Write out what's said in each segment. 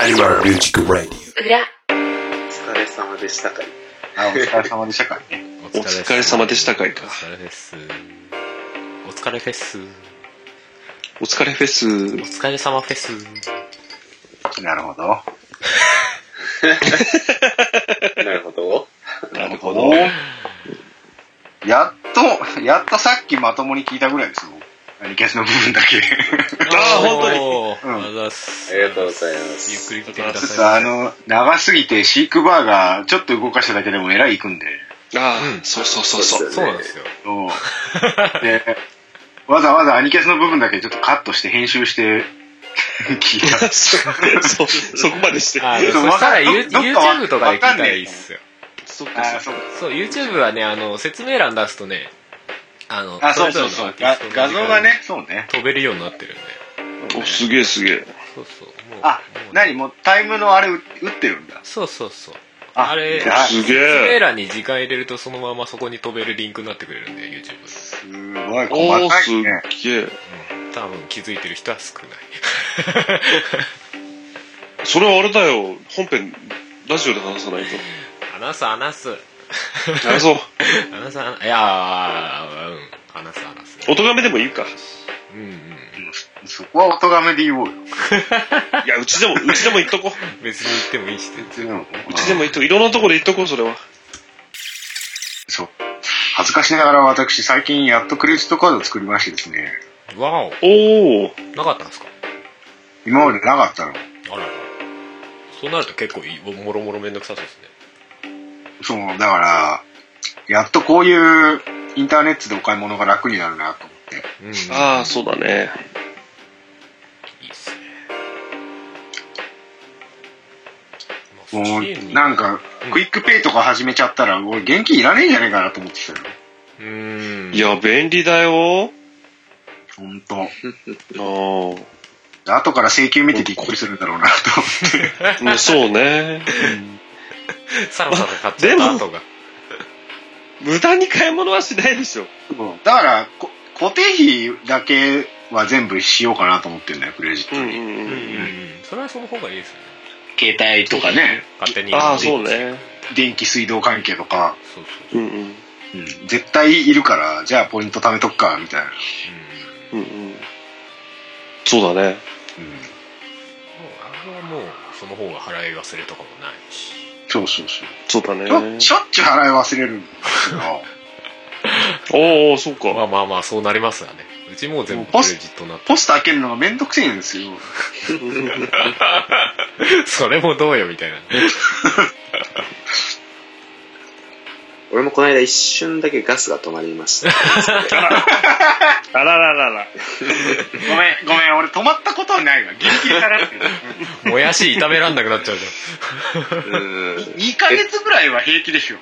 アニマルミュージックラディ裏お疲れ様でした かい。あお疲れ様でしたかいね。お疲れ様でしたかいかお疲れフェスお疲れフェスお疲れフェおス。疲れ様フェ スなるほど。なるほど。なるほおやっと、やっとさっきまともに聞いたぐらいですよ。何消しの部分だけ。ああー本当にうんありがとうございますありがとうございますゆっくり来てくだちょっさとあいの、長すぎてシークバーがちょっと動かしただけでもえらい行くんで。あうあ、そうそうそうそそうう。そうなんですよそう で、わざわざアニキャスの部分だけちょっとカットして編集して、聞いた。そ、 そこまでして。あちょっとのそしたらゆわかんどっかわ YouTube とかで聞いたらいいっすよそっ かあ、そそうっか。そう YouTube はねあの説明欄出すとねあのあ、そうれぞそれうのそアうー。ティがストの画像がね、そうね。飛べるようになってるんでお、すげえすげえ。そうそうもうあも、う何もうタイムのあれ打ってるんだ。そうそうそうああれじゃあす説げ明え。欄に時間入れるとそのままそこに飛べるリンクになってくれるんで YouTube すごいお細ー、かすいね。っげえ。多分気づいてる人は少ない それはあれだよ。本編、ラジオで話さない と。話す話すあ、そう。話す話いやーうん話す話すお咎めでもいいか。うんうんそこはお咎めで言おうよ。いや、うちでも、うちでも言っ とこ別に言ってもいいしねう。うちでも言っとこう。いろんなところで言っとこう、それは。そう。恥ずかしながら私、最近やっとクレジットカードを作りましてですね、わおおお。なかったんですか今までなかったの。あららそうなると結構いいもろもろめんどくさそうですねそう、だから、やっとこういうインターネットでお買い物が楽になるなと思って。うんああ、そうだね。いいっすねまあもスチームう、なんか、クイックペイとか始めちゃったら、俺、現金いらねえんじゃねえかなと思ってきたよ。うーんいや、便利だよ。ほんと。あ後から請求見てびっくりするんだろうなと思って。あ。ねそうね。サラサラ買っちゃった後が 無駄に買い物はしないでしょ。だからこ、固定費だけは全部しようかなと思ってるんだよ、クレジットうんに。うんうんううんん。うんそれはその方がいいですよね携帯とかね、勝手にああ、そうね。電気、水道関係とか、そうそうそううんうん。うん絶対いるから、じゃあポイント貯めとくか、みたいな。うんうんうん。そうだね。うんもうあれはもうその方が払い忘れとかもないしそうそうそうそうだね。しょ。しょっちゅう払い忘れ るんですけど、おお、そうか。まあまあまあそうなりますわねうちもう全部クレジットになってポスト開けるのがめんどくせえんですよ。それもどうよみたいな俺もこの間一瞬だけガスが止まりま した。あらららら。ごめん、ごめん、俺止まったことはないわ。ギリギリ払 ってる。もやし炒めらんなくなっちゃうじ うん。 2ヶ月ぐらいは平気でしょ。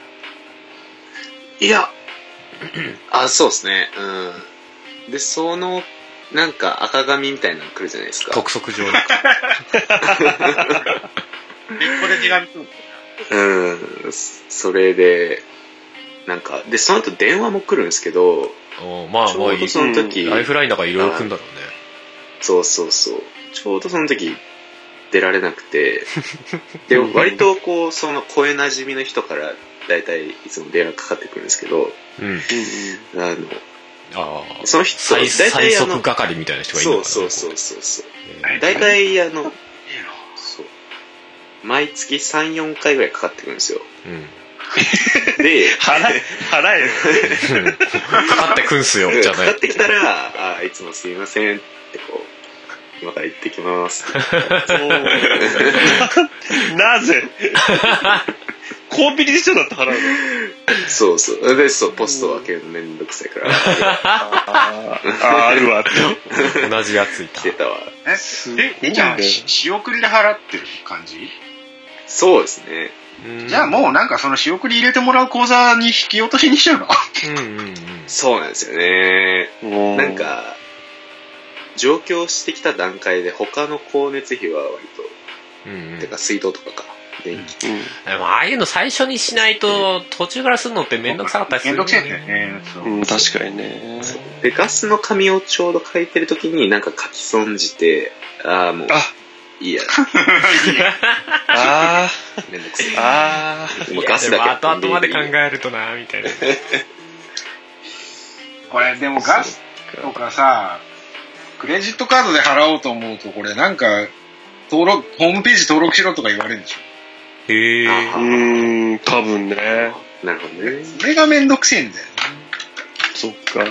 いや、あ、そうですね。うん。で、その、なんか赤髪みたいなの来るじゃないですゃんか。督促状にで、これ手紙来るうん。それで、なんか、で、その後電話も来るんですけど、おーまあちまょあういどいその時、ライフラインだからいろいろ来んだろうねそうそうそう。ちょうどその時、出られなく て、で、割とこう、その声なじみの人から、だいたいいつも電話かかってくるんですけど、うんあの、ああその人、最大最体あの速、係みたいな人がいそるのうかなそうそうそうそう。え大体あの、そう。毎月3、4回ぐらいかかってくるん ですよ。ーうんで、払え、払えよ。かかってくんすよじゃかかなっいてきたら、あいつもすいませんってこう、今から行ってき ます。なぜコンビニでしょだって払うの。そうそう。で、そう、ポストを開けるのめんどくさいから、ああ、あるわって。同じやついた 来てたわ。すえ、じゃあ、し仕送りで払ってる感じそうですね。じゃあもうなんかその仕送り入れてもらう口座に引き落としにしちゃうのうんうんうんそうなんですよね。ななん、か、上京してきた段階で他の光熱費は割と、うんうんてか水道とかか、電気。でもああいうの最初にしないと途中からするのってめんどくさかったりすめんるどくせえんだよね。そううん、確かにね。で、ガスの紙をちょうど書いてる時になんか書き損じて、ああ、もうあ、いいや、あめんどくせあ、あえ。いもうやガスでだもけ後々まで考コンビニいいえるとなみたいなこれでもガスとかさ、クレジットカードで払おうと思うと、これなんか、登録、ホームページ登録しろとか言われるんでしょ。へえあ。うーん、多分ね。なるほどね。それがめんどくせえんだよね。そっか。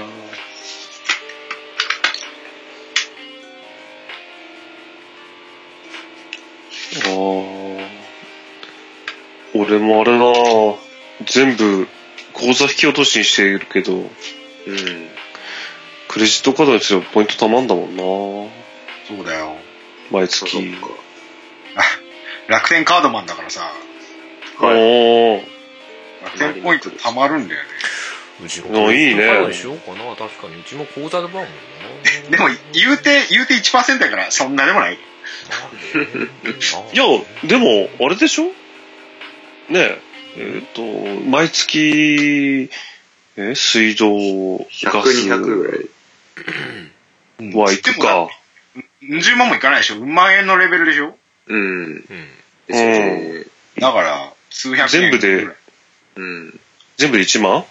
あー俺もあれな全部口座引き落としにしているけどうん。クレジットカードにすればポイントたまんだもんなそうだよ。毎そう月か。楽天カードマンだからさ、おお楽天ポイント貯まるんだよね。うちあいいねにしようかな確かにうちも口座だもんなでも、言うて、言うて1%やから、そんなでもない。いやでもあれでしょねええっ、と毎月え水道100、ガス200ぐらい。は行くか10万もいかないでしょ。うん万円のレベルでしょ。うん。うんですね。だから、数百円。全部でぐらいうん。全部で1万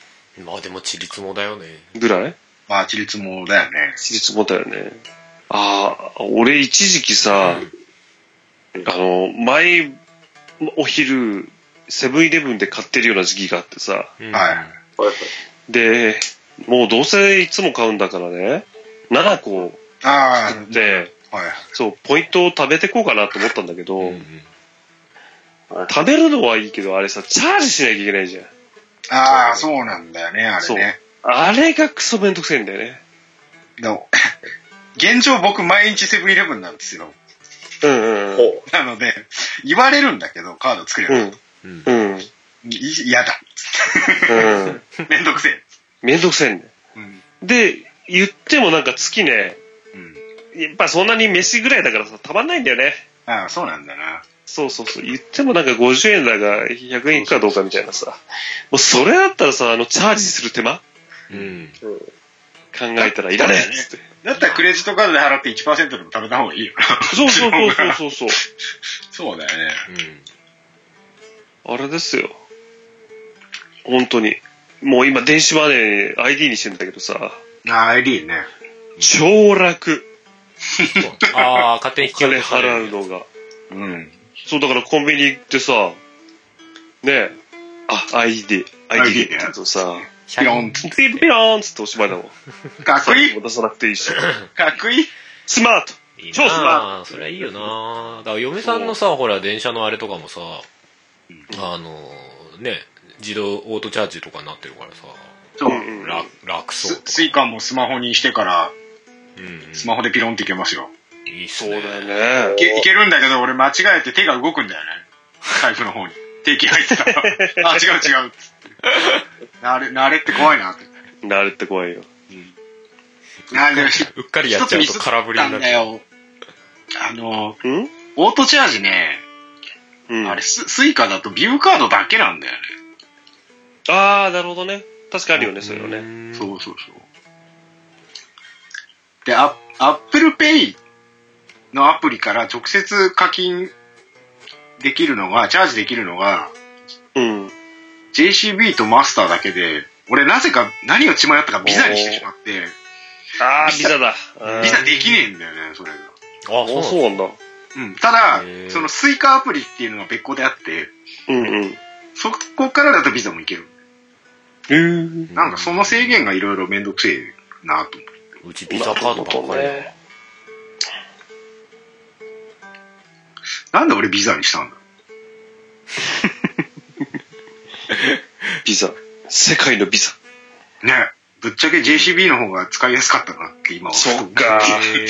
まあでもちりつもだよねぐらいまあ、地立もだよね。私立もだよねああ俺一時期さ、うんあの毎お昼セブンイレブンで買ってるような時期があってさはいはいはいはい。でもうどうせいつも買うんだからね7個あ買ってあ、はい。そうポイントを貯めてこうかなと思ったんだけど、うんうん貯めるのはいいけどあれさチャージしなきゃいけないじゃんああ、そうなんだよね、あれそうね。あれがクソめんどくせえんだよねでも現状僕毎日セブンイレブンなんですよ。うんうんほなので、言われるんだけど、カード作れうば。んうんうんい嫌だ。うんめんどくせえ。めんどくせえんだようん。で、言ってもなんか月ね、うん。やっぱそんなに飯ぐらいだからさ、たまんないんだよね。ああ、そうなんだな。そうそうそう。言ってもなんか50円だが100円いくかどうかみたいなさ。もうそれだったらさ、あの、チャージする手間考うんう。うん。えたらいらねえっつって。だったらクレジットカードで払って1%でも食べた方がいいよな。そうそうそうそうそうそう。そうだよね。あれですよ。本当に。もう今電子マネー ID にしてんだけどさ、ああ、ID ね。超楽。ああ勝手に引き金落とされ払るうのが。うん。そう、だからコンビニ行ってさ、ねえ、あ、ID、ID って言うとさ、シャピキロン。ピロピローンっつっておしまいだもん。かっこいいもう出さなくていいし。かっこいいスマートいい超スなマあそれはいいよなだから嫁さんのさほら電車のあれとかもさあのね自動オートチャージとかになってるからさそう。うんうん楽楽そうススイカもスマホにしてから、うんうんスマホでピロンっていけますよ。いいっすそうねだよいね。けいけるんだけど、俺間違えて手が動くんだよね。財布の方に。定期入って たら。あ、違う違うっつって。慣れ、慣れって怖いなって。慣れて怖いよ。なんで、うっかりやっちゃうと空振りになっちゃうよ。あの、んオートチャージね、うん。あれス、スイカだとビューカードだけなんだよね。あー、なるほどね。確かあるよね、そういうのね。ねそうそうそう。で、アップルペイのアプリから直接課金できるのが、チャージできるのが、うん。 JCB とマスターだけで、俺なぜか何を血迷ったかビザにしてしまって、あー、ビザだ。ビザできねえんだよね、それが。ああー、そうそうなんだ。うん。ただへえ、そのスイカアプリっていうのが別個であって、うんうん。へそこからだとビザもいける。ー。なんかその制限がいろいろめんどくせえなと思って。うちビザカードばっかりだなるわなんで俺ビザにしたんだビザ。世界のビザ。ね。ぶっちゃけ JCB の方が使いやすかったなって今は。そっかへえ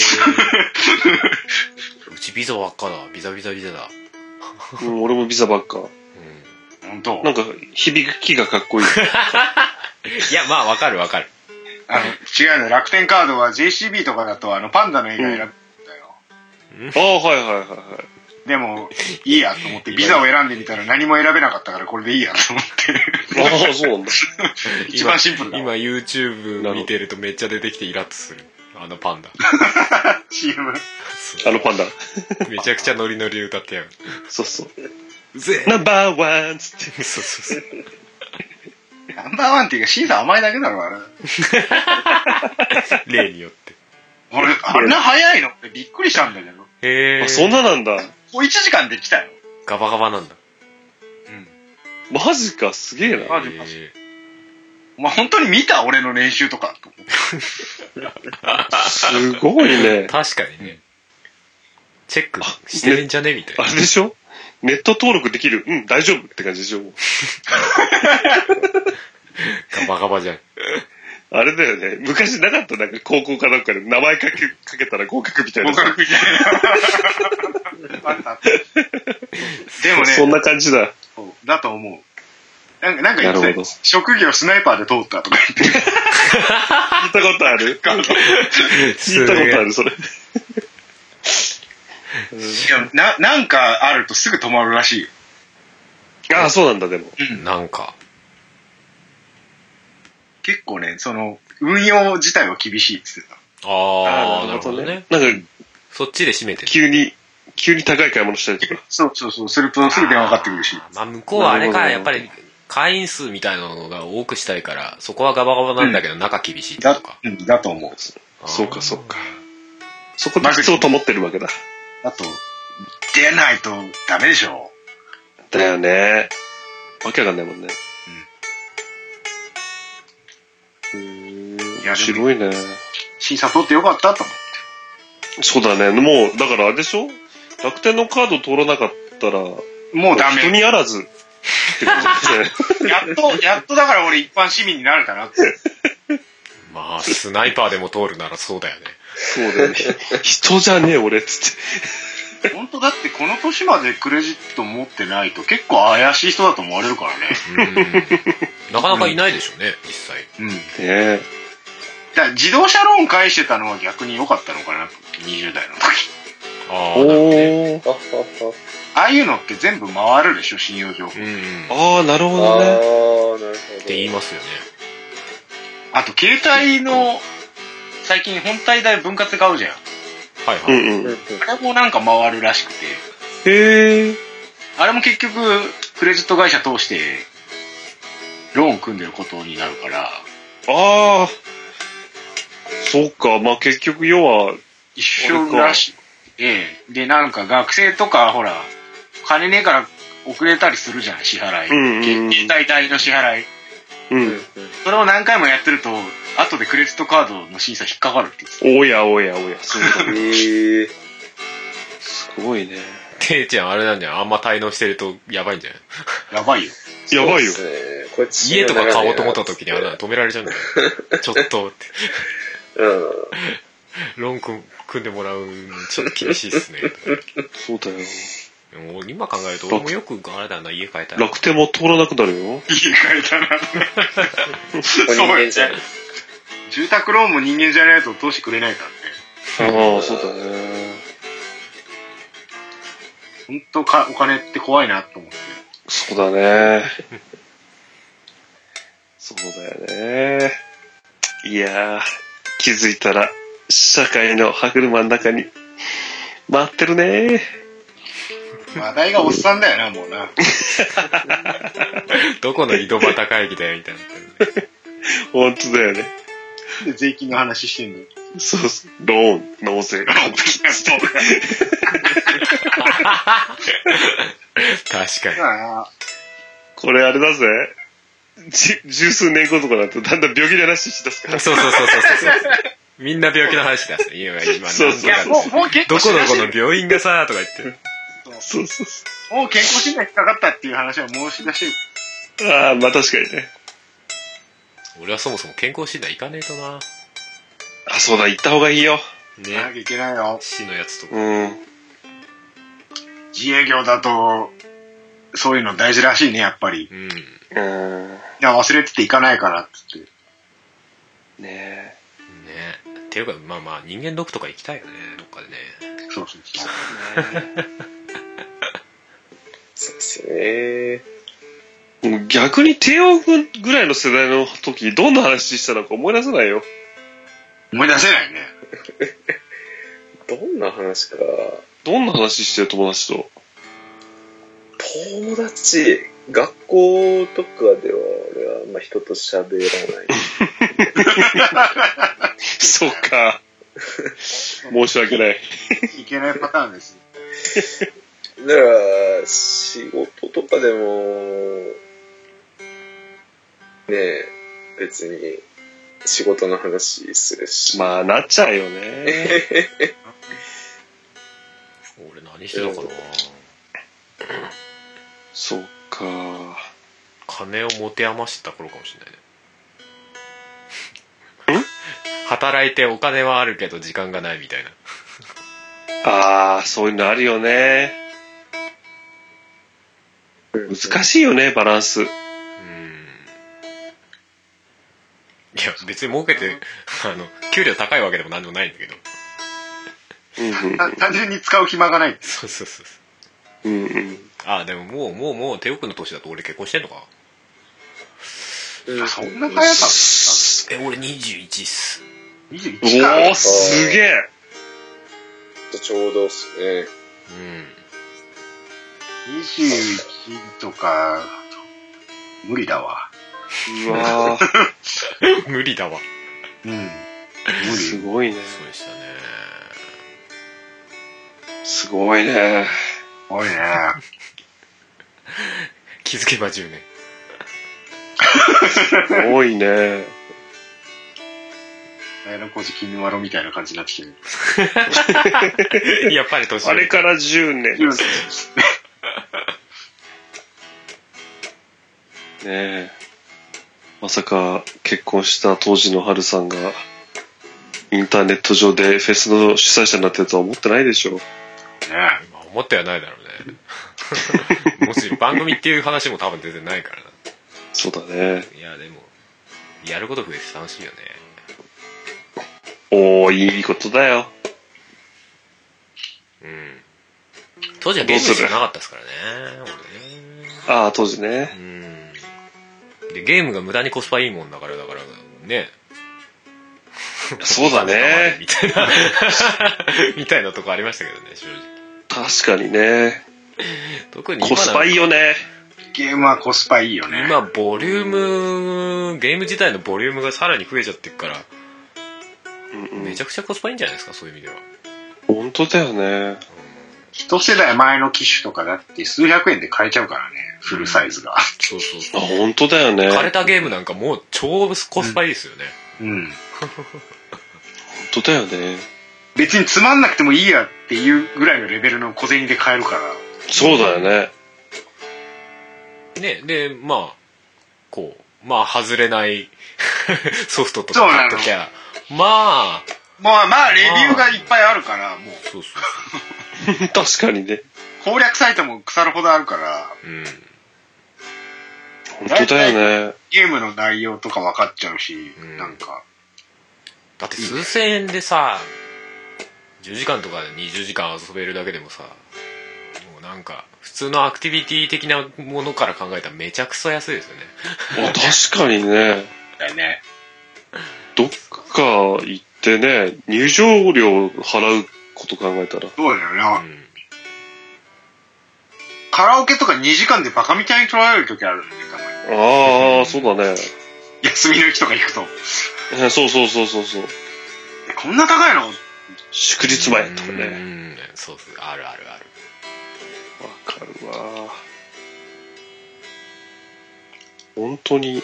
うちビザばっかだビザビザビザだうん、俺もビザばっか。うん本当なんか、響く木がかっこいい。いやまあわかるわかるあの、違うのよ。楽天カードは JCB とかだとあの、パンダの映画選ぶんだよ。あー、はいはいはいはい。でも、いいやと思って、ビザを選んでみたら何も選べなかったからこれでいいやと思って。あー、そうなんだ。一番シンプルだわ今今 YouTube 見てるとめっちゃ出てきてイラッとするあのパンダ。 CM。あのパンダ。めちゃくちゃノリノリで歌ってや る。そうそう。うぜナンバーワンっつって。えそうそうそう。ナンバーワンっていうか、審査甘いだけだろ、あれ。例によって。俺、あんな早いのってびっくりしたんだけど。へえ。あ、そんななんだ。もう1時間で来たよ。ガバガバなんだ。マジか、すげえな。マジマジお前本当に見た俺の練習と か。すごいね。確かにね。チェックしてるんじゃねみたいあな。れでしょネット登録できる。うん、大丈夫って感じでしょガバガバじゃん。あれだよね。昔なかった、なんか高校かなんかで名前かけかけたら合格みたいな。合格みたいな。あったあったでもねそんな感じだ。そうだと思う。なんか、なんか言ってたなよるほど職業スナイパーで通ったとか言って。聞いたことある 聞聞いたことある、それ。いやな、なんかあるとすぐ止まるらしいよ。ああ、そうなんだ、でも。なんか。結構ね、その、運用自体は厳しいって言ってた。ああ、なるほどね。なんか、そっちで締めてる。急に、急に高い買い物したりとか。そうそうそう、するとすぐ電話かかってくるし。まあ、向こうはあれか、なるやっほぱどり会員数みたいなのが多くしたいから、そこはガバガバなんだけど、中厳しいってこだとか。、うん、だと思う。あーそうか、そうか。そこで質を保ってるわけだ。あと、出ないとダメでしょ。だよね。わけわかんないもんね。うーん。いや面白いね。審査通ってよかったと思そうだね。もう、だからあれでしょ楽天のカード取らなかったら、う。もうダ人メ。にあらず。ってことだよねやっと、 やっとだから俺一般市民になれたなって。まあ、スナイパーでも通るならそうだよね。そうだよね。人じゃねえ、俺、つって。 本当だってこの年までクレジット持ってないと結構怪しい人だと思われるからね。うんなかなかいないでしょうね、実際。うん。だねえ。から自動車ローン返してたのは逆に良かったのかなと。20代の時。ああ、なるほどね。おー。あはああいうのって全部回るでしょ、信用情報う。んうん。っああ、なるほどね。は。あー、なるほど。て言いますよね。あと携帯の、最近本体代分割で買うじゃん。はいはうい。んうん。うんうへん。あれもなんか回るらしくて。え。あれも結局、クレジット会社通して、ローン組んでることになるから、ああ。そうか。まあ結局、要は、一緒らしい。ええ。で、なんか学生とか、ほら、金ねえから遅れたりするじゃん、支払い。うんうんうん携帯代の支払い。うん。それを何回もやってると、後でクレジットカードの審査引っかかるって言ってたおやおやおや。そうだね。ええ。すごいね。ていちゃん、あれなんじゃん。あんま滞納してるとやばいんじゃないやばいよ。やばいよ。そうですね。これ家とか買おうと思った時にあれだ止められちゃうんだよ。 ちょっとって。うん。ローン組ん組んでもらう、ちょっと厳しいっすね。そうだよ。でも今考えると、俺もよくあれだな、家変えたら。楽天も通らなくなるよ。家買えたな。ここ人間じゃん。住宅ローンも人間じゃないと通してくれないからね。ああ、そうだね。本当か、お金って怖いなと思って。そうだね。そうだよね。いやー、気づいたら、社会の歯車の中に、回ってるね。話題がおっさんだよな、もうな。どこの井戸端会議だよ、みたいな。本当だよね。で税金の話してんのよ。そうそう。ローン、納税。確かに。まあこれあれだぜ。じ十数年後とかだとだんだん病気の話しだすから。そうそうそうそうそうそう。みんな病気の話だすね。今、今、そういそうや、なんもとう、かもう結ど構こ知のらこしいの病院がさ、とか言って。そうそうそもう健康診断引っかかったっていう話は申し出してる。う。ああ、まあ確かにね。俺はそもそも健康診断行かねえとな。あ、そうだ、行った方がいいよ。行かなね。きゃいけないよ。死のやつとか。うん。自営業だと、そういうの大事らしいね、やっぱり。いうん。うん。ねや、忘れてて行かないからっつって。え。ねっていうかまあまあ人間ドックとか行きたいよねどっかでねそうそうそう。そうですね。もう逆に帝王君ぐらいの世代の時、どんな話したのか思い出せないよ。思い出せないね。な話か。どんな話してる友達 と。友達、学校とかでは俺はあんま人と喋らない。そうか。申し訳ない。いけないパターンです。だから、仕事とかでも、ねえ、別に仕事の話するし。まあ、なっちゃうよね。俺何してたかなそうか。金を持て余してた頃かもしれないね働いてお金はあるけど時間がないみたいなああ、そういうのあるよね。難しいよね、バランス。うんいや別に儲けてあの給料高いわけでも何でもないんだけどうんうんた単純に使う暇がない。そうそうそうそううんうんあでももうもうもう手奥の年だと俺結婚してんのかうんそんな早かったえ俺21っすお21か。ー、すげえ。ちょうどっすね。うん21とか、無理だわ。う わー、無理だわうん。無す理。ごいね。そうでしたねすごいね。おいね。気づけば10年 多い ね。大の工事金丸みたいな感じになってきてる。やっぱり年あれから10年。ねえ。まさか結婚した当時の春さんがインターネット上でフェスの主催者になってるとは思ってないでしょう。ねまあ思ってはないだろうね もし番組っていう話も多分全然ないからなそうだね。いやでもやること増えて楽しいよねおー、いいことだよ。うん当時はゲームしかなかったですからねああ、当時ね。 俺ねうんでゲームが無駄にコスパいいもんだからだからね そうだね。みたいなみたいなとこありましたけどね正直確かにね。特に今コスパいいよね。ゲームはコスパいいよね。今ボリュームゲーム自体のボリュームがさらに増えちゃってるからうんうめんちゃくちゃコスパいいんじゃないですかそういう意味では本当だよね。一世代前の機種とかだって数百円で買えちゃうからね。フルサイズが。そうそうそうあ、本当だよね。枯れたゲームなんかもう超コスパいいですよね、うん。本当だよね。別につまんなくてもいいやっていうぐらいのレベルの小銭で買えるから。そうだよね。ねでまあこうまあ外れない ソフトとそうかな買のっときゃまあまあまあ、レビューがいっぱいあるから、もう。そうそ確かにね。攻略サイトも腐るほどあるから、ううん本当だよね。ゲームの内容とか分かっちゃうし、うんなんか。だって数千円でさ10時間とか20時間遊べるだけでもさもうなんか普通のアクティビティ的なものから考えたらめちゃくそ安いですよねあ確かにね。だよね。どっか行ってね、入場料払うこと考えたら。そうだような、んカラオケとか2時間でバカみたいに取られる時あるんだよね、たまに。ああ、そうだね。休みの日とか行くと。えそうそうそうそうそう。えこんな高いの祝日前とかうね。んそうそうあるあるあるわかるわ。本当に、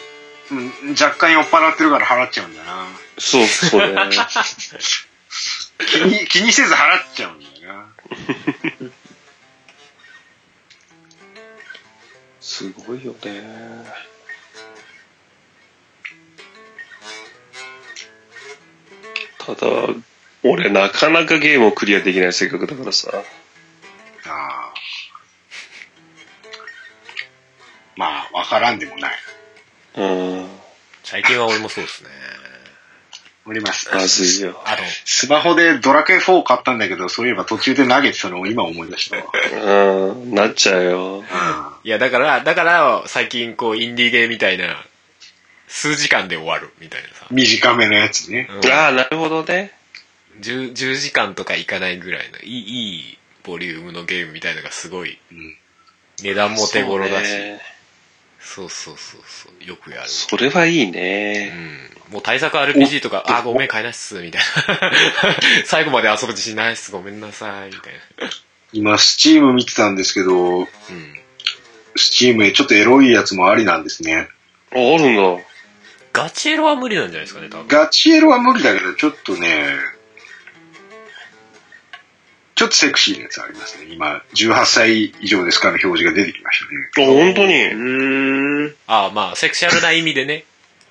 うん、若干酔っ払ってるから払っちゃうんだな。そうそうね。気に、気にせず払っちゃうんだよな。すごいよね。ただ、俺なかなかゲームをクリアできない性格だからさ。ああ。まあ、わからんでもない。うん。最近は俺もそうですねおります。まずいよ。あのスマホでドラクエ4買ったんだけど、そういえば途中で投げてたのを今思い出したわ。うん、なっちゃうよ。ういや、だから、だから、最近、こう、インディーゲーみたいな、数時間で終わる、みたいなさ。ん。短めのやつね。うんああ、なるほどね。 10, 10時間とかいかないぐらいのいいいいボリュームのゲームみたいのがすごいうん値段も手頃だしそうねそう,、そうそうそうよくやるそれはいいうね。んもう対策 RPG とか「あごめん買えないっす」みたい な最後まで遊ぶ自信ないっすごめんなさいみたいな今、スチーム見てたんですけど、うんスチームちょっとエロいやつもありなんですね。あ、あるんだ。ガチエロは無理なんじゃないですかね多分ガチエロは無理だけど、ちょっとね、ちょっとセクシーなやつありますね。今、18歳以上ですかの表示が出てきましたね。あ、本当に。うーん。ああまあセクシャルな意味でね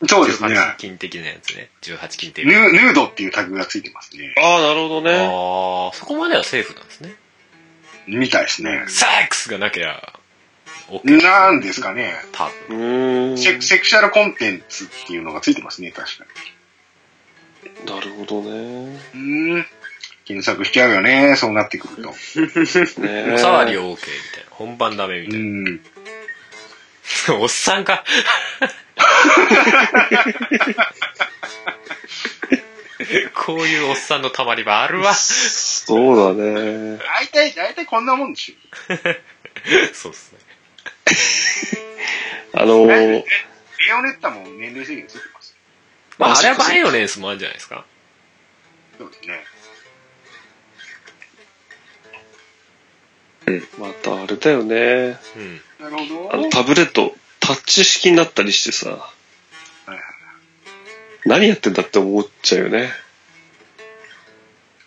そうですね。 18金的なやつね18金っていうヌーヌードっていうタグがついてますね。ああ、なるほどね。ああそこまではセーフなんですねみたいですね。セックスがなきゃ OK なんですかね。多分うーん。セクセクシャルコンテンツっていうのがついてますね、確かなるほどね。ねに。うん。検索しちゃうよね、そうなってくると。おえ触り OK みたいな本番ダメみうたいん。な、 おっさんかこういうおっさんのたまり場あるわそうだね。大体、大体こんなもんでしょ。そうっすねあのえー、レオネッタも年齢制限ついてます。まあああれはそっかバイオレンスもあるんじゃないですかそうですね。またあれだよね。うんなるほあどの、。タブレット、タッチ式になったりしてさ、はい何やってんだって思っちゃうよね。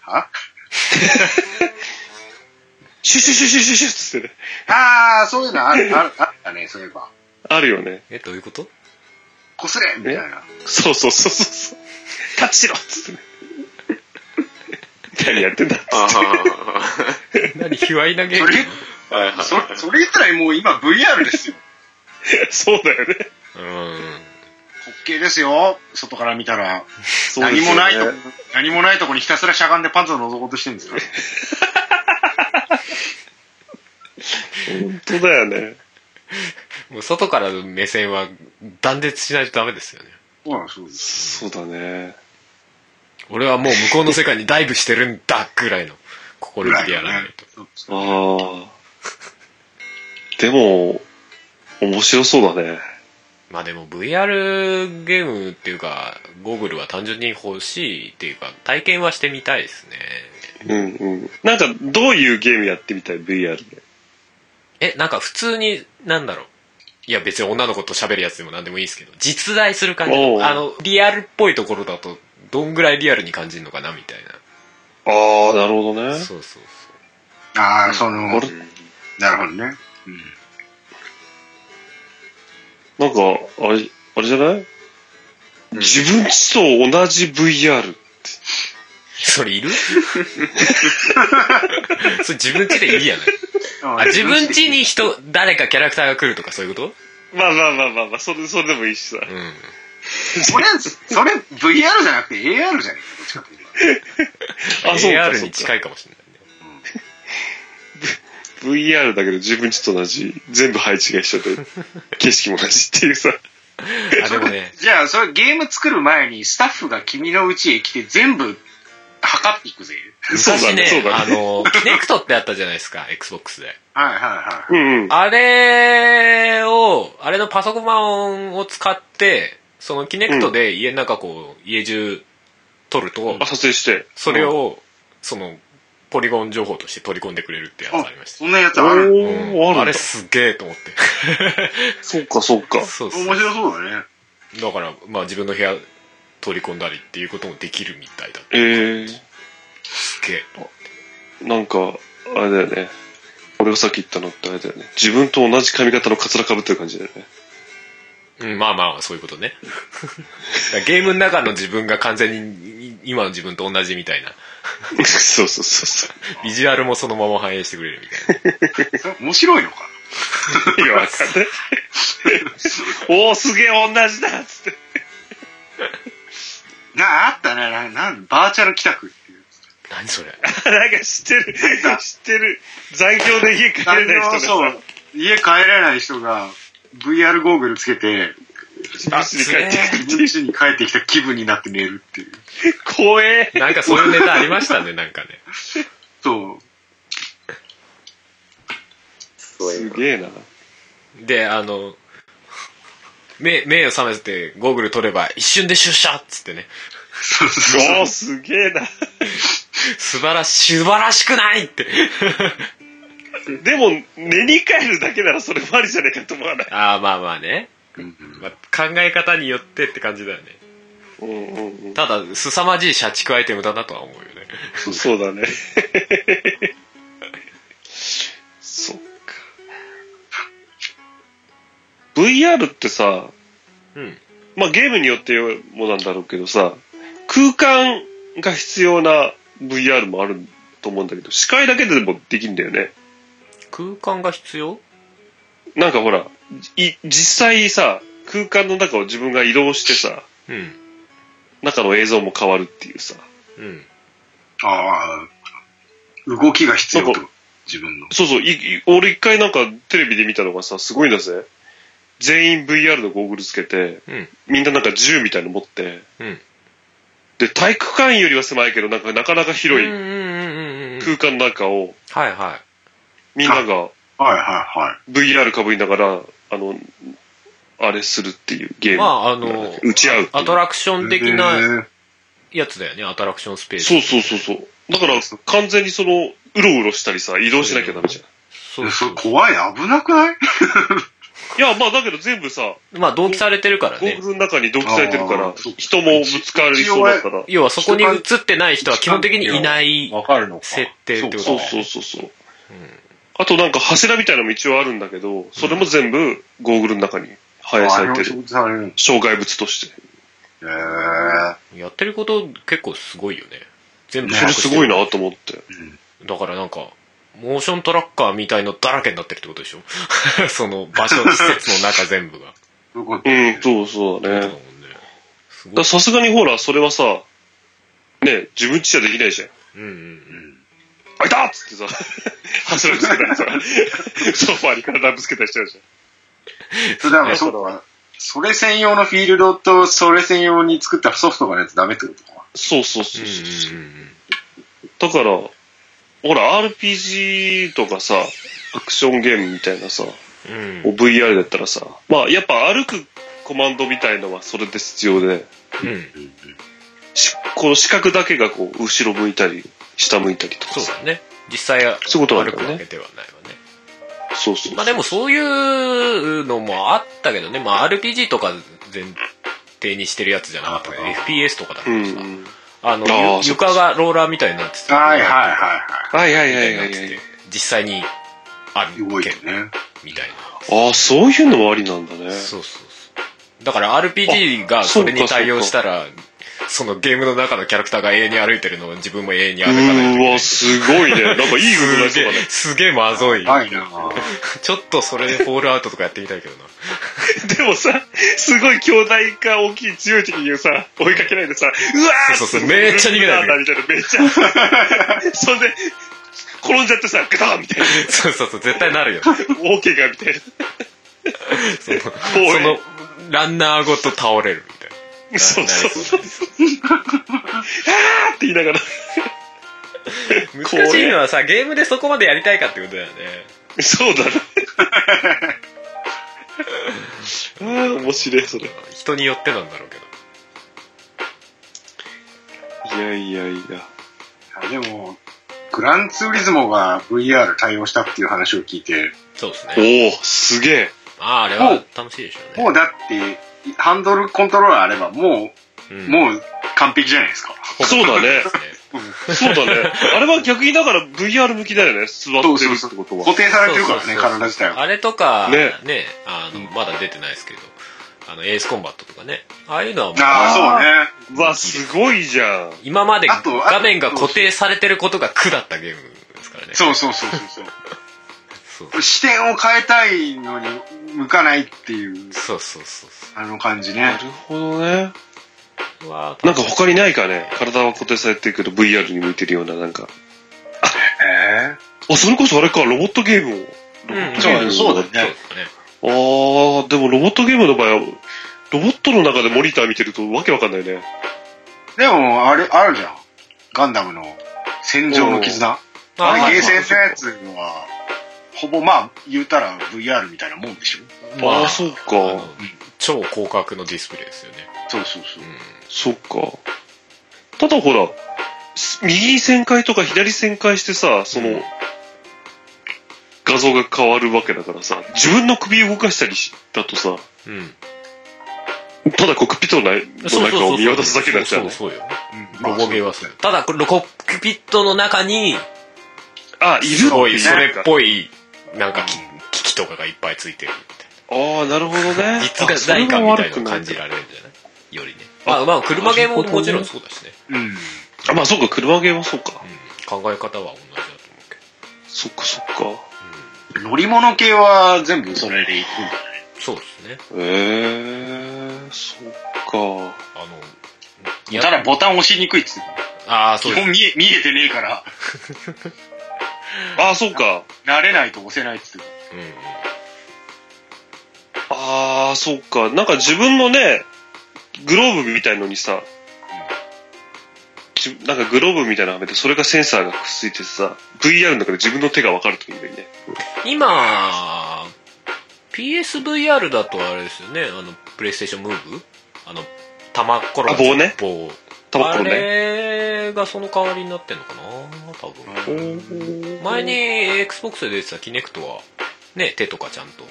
はシュシュシュシュシュシュっつってね。ああ、そういうのある、ある、あったね、そういえば。あるよね。えどういうことこすれみたいな。そうそうそうそうそう。タッチしろっつってね。何やってんだっつってああ。何卑猥なゲーそムれ、はいはいそれ、それ言ったらもう今 VR ですよ。そうだよね。うん滑稽ですよ、外から見たら。そうで何すよもねないとこ、何もないとこにひたすらしゃがんでパンツを覗こうとしてるんですよ。本当だよね。もう外からの目線は断絶しないとダメですよねそうなんそうです。そうだね。俺はもう向こうの世界にダイブしてるんだぐらいの心意気でやらないと、そうですああ。でも、面白そうだね。まあでも VR ゲームっていうかゴーグルは単純に欲しいっていうか体験はしてみたいですねうんうん。なんか、どういうゲームやってみたい ?VR で。えなんか普通になんだろういや別に女の子と喋るやつでも何でもいいですけど実在する感じおうあのリアルっぽいところだとどんぐらいリアルに感じるのかなみたいああ、なるほどなね。そうそうああ、その、なるあれほどね。なんか、あれ、あれじゃない、自分ちと同じ VR。それいる それ自分家でいいやないあ自分家に人誰かキャラクターが来るとかそういうことまあまあまあまあまあ、それ、それでもいいしさ。うん それ、それ VR じゃなくて AR じゃねえか、どっちかというと。あ、そうか AR そうにか。近いかもしれないね VR だけど自分ちと同じ。全部配置が一緒 で、景色も同じっていうさ。あでもねじゃあ、それゲーム作る前にスタッフが君の家へ来て全部測っていくぜ。 そうだ昔ねね、そうだあね。のキネクトってあったじゃないですか XBOX で はいはいはうんうん。あれをあれのパソコンを使ってそのキネクトで家の中こう家中撮るとあ、撮影して。それをそのポリゴン情報として取り込んでくれるってやつありまい。したそんなやつおある。うんー、ああるれんだ。すげえと思ってそうか、そうか。そうそう面白そうだね。だからまあ自分の部屋取り込んだりっていうこともできるみたいだってえー、すげえなんか、あれだよね。俺がさっき言ったのってあれだよね。自分と同じ髪型のカツラ被ってる感じだよね。 うん、まあまあ、そういうことね。だからゲームの中の自分が完全にい今の自分と同じみたいな。そうそうそうそう。ビジュアルもそのまま反映してくれるみたいそれ面白いのか いや、わかんない。おお、すげえ、同じだっつって。な。な、あったね。な、なんバーチャル帰宅っていう。な。何それ。あなんか知ってる、知ってる。残業で家帰れない人がそうさ。。 家帰れない人が VR ゴーグルつけて、自分家に帰って自分家に帰ってきた気分になって寝るっていう。きて、怖え。なんかそういうネタありましたね、なんかね。そう。そういうすのげえな。で、あの、目、目を覚めてゴーグル取れば一瞬で出社っつってね。そうそうそうおー、すげえな。素晴らし、素晴らしくないって。 でも、寝に帰るだけならそれもありじゃねえかと思わない。ああ、まあまあね。うんまあ、考え方によってって感じだよね。うんうんただ、凄まじい社畜アイテムだなとは思うよね。うん。そうだね。そっか。VR ってさ、うん。まあゲームによってもなんだろうけどさ、空間が必要な VR もあると思うんだけど、視界だけでもできるんだよね。空間が必要なんかほら、い実際さ、空間の中を自分が移動してさ、うん。中の映像も変わるっていうさ。うん。ああ、動きが必要ってこと。自分の。そうそう、いい俺一回なんかテレビで見たのがさ、すごいんだぜ。全員 VR のゴーグルつけて、うん。みんななんか銃みたいの持って、うんで、体育館よりは狭いけど、なんかなかなか広うんいうんうんうんうん。空間の中を、はいはみんながはいはいはい。 VR かぶりながら、あの、あれするっていうゲーい。ム。まあ、あの、打ち合うっていアうトラクション的へなーやつだよね、アトラクションスペース。そうそうそうそう。だから、完全にその、うろうろしたりさ、移動しなきゃダメじゃん。そうそそれう。怖い、危なくないいや、まあだけど全部さ、まあ、同期されてるからゴーねグ。ルの中に同期されてるかあらーそう、人もぶつかりそうだから。要はそこに映ってない人は基本的にいない。わかるのか。設定ってことそうかそうそうそう。あとなんか柱みたいなのも一応あるんだけど、それも全部ゴーグルの中に反映さあれれも表てる。示されるんだ障害物として。へーやってること結構すごいよね。全部それすごいな。なと思って。だからなんか、モーショントラッカーみたいのだらけになってるってことでしょ その場所、施設の中全部が。どういうことうん、そうそうだね。だだもかんね。すごらい。さすがにほら、それはさ、ね、自分ちじゃできないじゃん。うんうん。あいたっつってさ、 柱ぶつけ たりさ、ソファーに体ぶつけたりしちゃうじゃん。それだからそうか。それ専用のフィールドと、それ専用に作ったソフトがないとダメってことか。そうそううそんうそう。うんうんだから、ほら、RPG とかさ、アクションゲームみたいなさ、うん。うん。 VR だったらさ、まあ、やっぱ歩くコマンドみたいのはそれで必要で、うん。しこの視覚だけがこう、後ろ向いたり、下向いたりとかそうさ、だね。実際はそう歩いうことくなわんだよねけではないわね。そうそうそうまあでもそういうのもあったけどね。まあ RPG とか前提にしてるやつじゃなかったけど、FPS とかだかうんらうさ。ん。あの、あーゆそっか床がローラーみたいになってた。はいはいはいはいはいみはたいいにはなっい、てはいて。、実際にはい。動歩いけてるね。みたいああ、そういうのもありなんだねな。。そうそうそう。だから RPG がそれに対応したら、そのゲームの中のキャラクターが永遠に歩いてるのを自分も永遠にう歩かないといーけなわ、い。すごい ね。なんかいいことないすそげうだえね。、すげえまずい。はいなちょっとそれでフォールアウトとかやってみたいけどな。でもさ、すごい強大か大きい強い敵にさ、追いかけないでさ、うわーそうそうそうめっちゃ逃げないでみたいな、めっちゃ。 そんで、転んじゃってさ、ガターンみ たいな、そうそうそう、絶対なるよ。大怪我みたいな。その、そ 怖いのランナーごと倒れるみたいな。なそうそうそう。なりあー って言いながら。う難しいのはさ、ゲームでそこまでやりたいかってことだよね。そう だね。あー面白い、それ。い人によってなんだろうけど。やいやいや。でも、グランツーリズモが VR 対応したっていう話を聞いて、そうですね。おおすげえ。まあ、あれは楽しいでしょうね。もうだって、ハンドルコントローラーあれば、もうんう、もう完璧じゃないですか。そうだね。うんそうだね。あれは逆にだから VR 向きだよね。座ってるってことは固。定されてるからそうそうね、そう体自体は。あれとか、ねね、あの、まだ出てないですけど、あの、エースコンバットとかね、ああいうのはもう、ああ、そうね。うわ、すごいじゃん。今まであとあと画面が固定されてることが苦だったゲームですからね。そうそうそうそうそうそう。視点を変えたいのに向かないっていう、そうそうそうあの感じなね。るほどね。そう。うわーなんか他にないかね体は固定されてるけど VR に向いてるようななんか。えあ、それこそあれか、ロボットゲームを。ロボットゲームそうだねそうですね。あー、でもロボットゲームの場合は、ロボットの中でモニター見てるとわけわかんないね。でも、あれ、あるじゃん。ガンダムの戦場の絆。あれ、ゲーセンのやつは、ほぼまあ、言うたら VR みたいなもんでしょ。まあああ、そうか。あの超広角のディスプレイですよね。そうそうそうう。んそっか。ただほら、す右に旋回とか左旋回してさ、その、うん画像が変わるわけだからさ、自分の首動かしたりしだとさ、うん。ただコックピットの内の中を見渡すだけになっちゃうそうそうね。そうよ。うんロボゲーはまあそうよ。ただ、これコックピットの中に、あ、いるすごい、それっい。ぽい、なんかうきん機器とかがいっぱいついてるみたいああ、なるほどな。ね。実がないかみたいなのを感じる。られるんじゃないよりね。まあまあ、車ゲーももちろんそうだしね。うん。あ、まあそうか、車ゲーもそうか。うん。考え方は同じだと思うけど。そっかそっか。乗り物系は全部それでいくんだね。そうですね。ええー、そっか。あの、いただボタン押しにくいっつってたああ、そ基うです本見え見えてねえから、ああ、そうか。慣れないと押せないっつってうんうん。ああ、そうか。なんか自分のね、グローブみたいのにさ、じなんかグローブみたいなのはめて、それがセンサーがくっついてさ、VR の中で自分の手が分かるといいのにね。今 PSVR だとあれですよねあのプレイステーションムーブあの玉転があ棒ね棒タバコあね。れがその代わりになってんのかな多分た。前に XBOX で出てたキネクトはね手とかちゃんと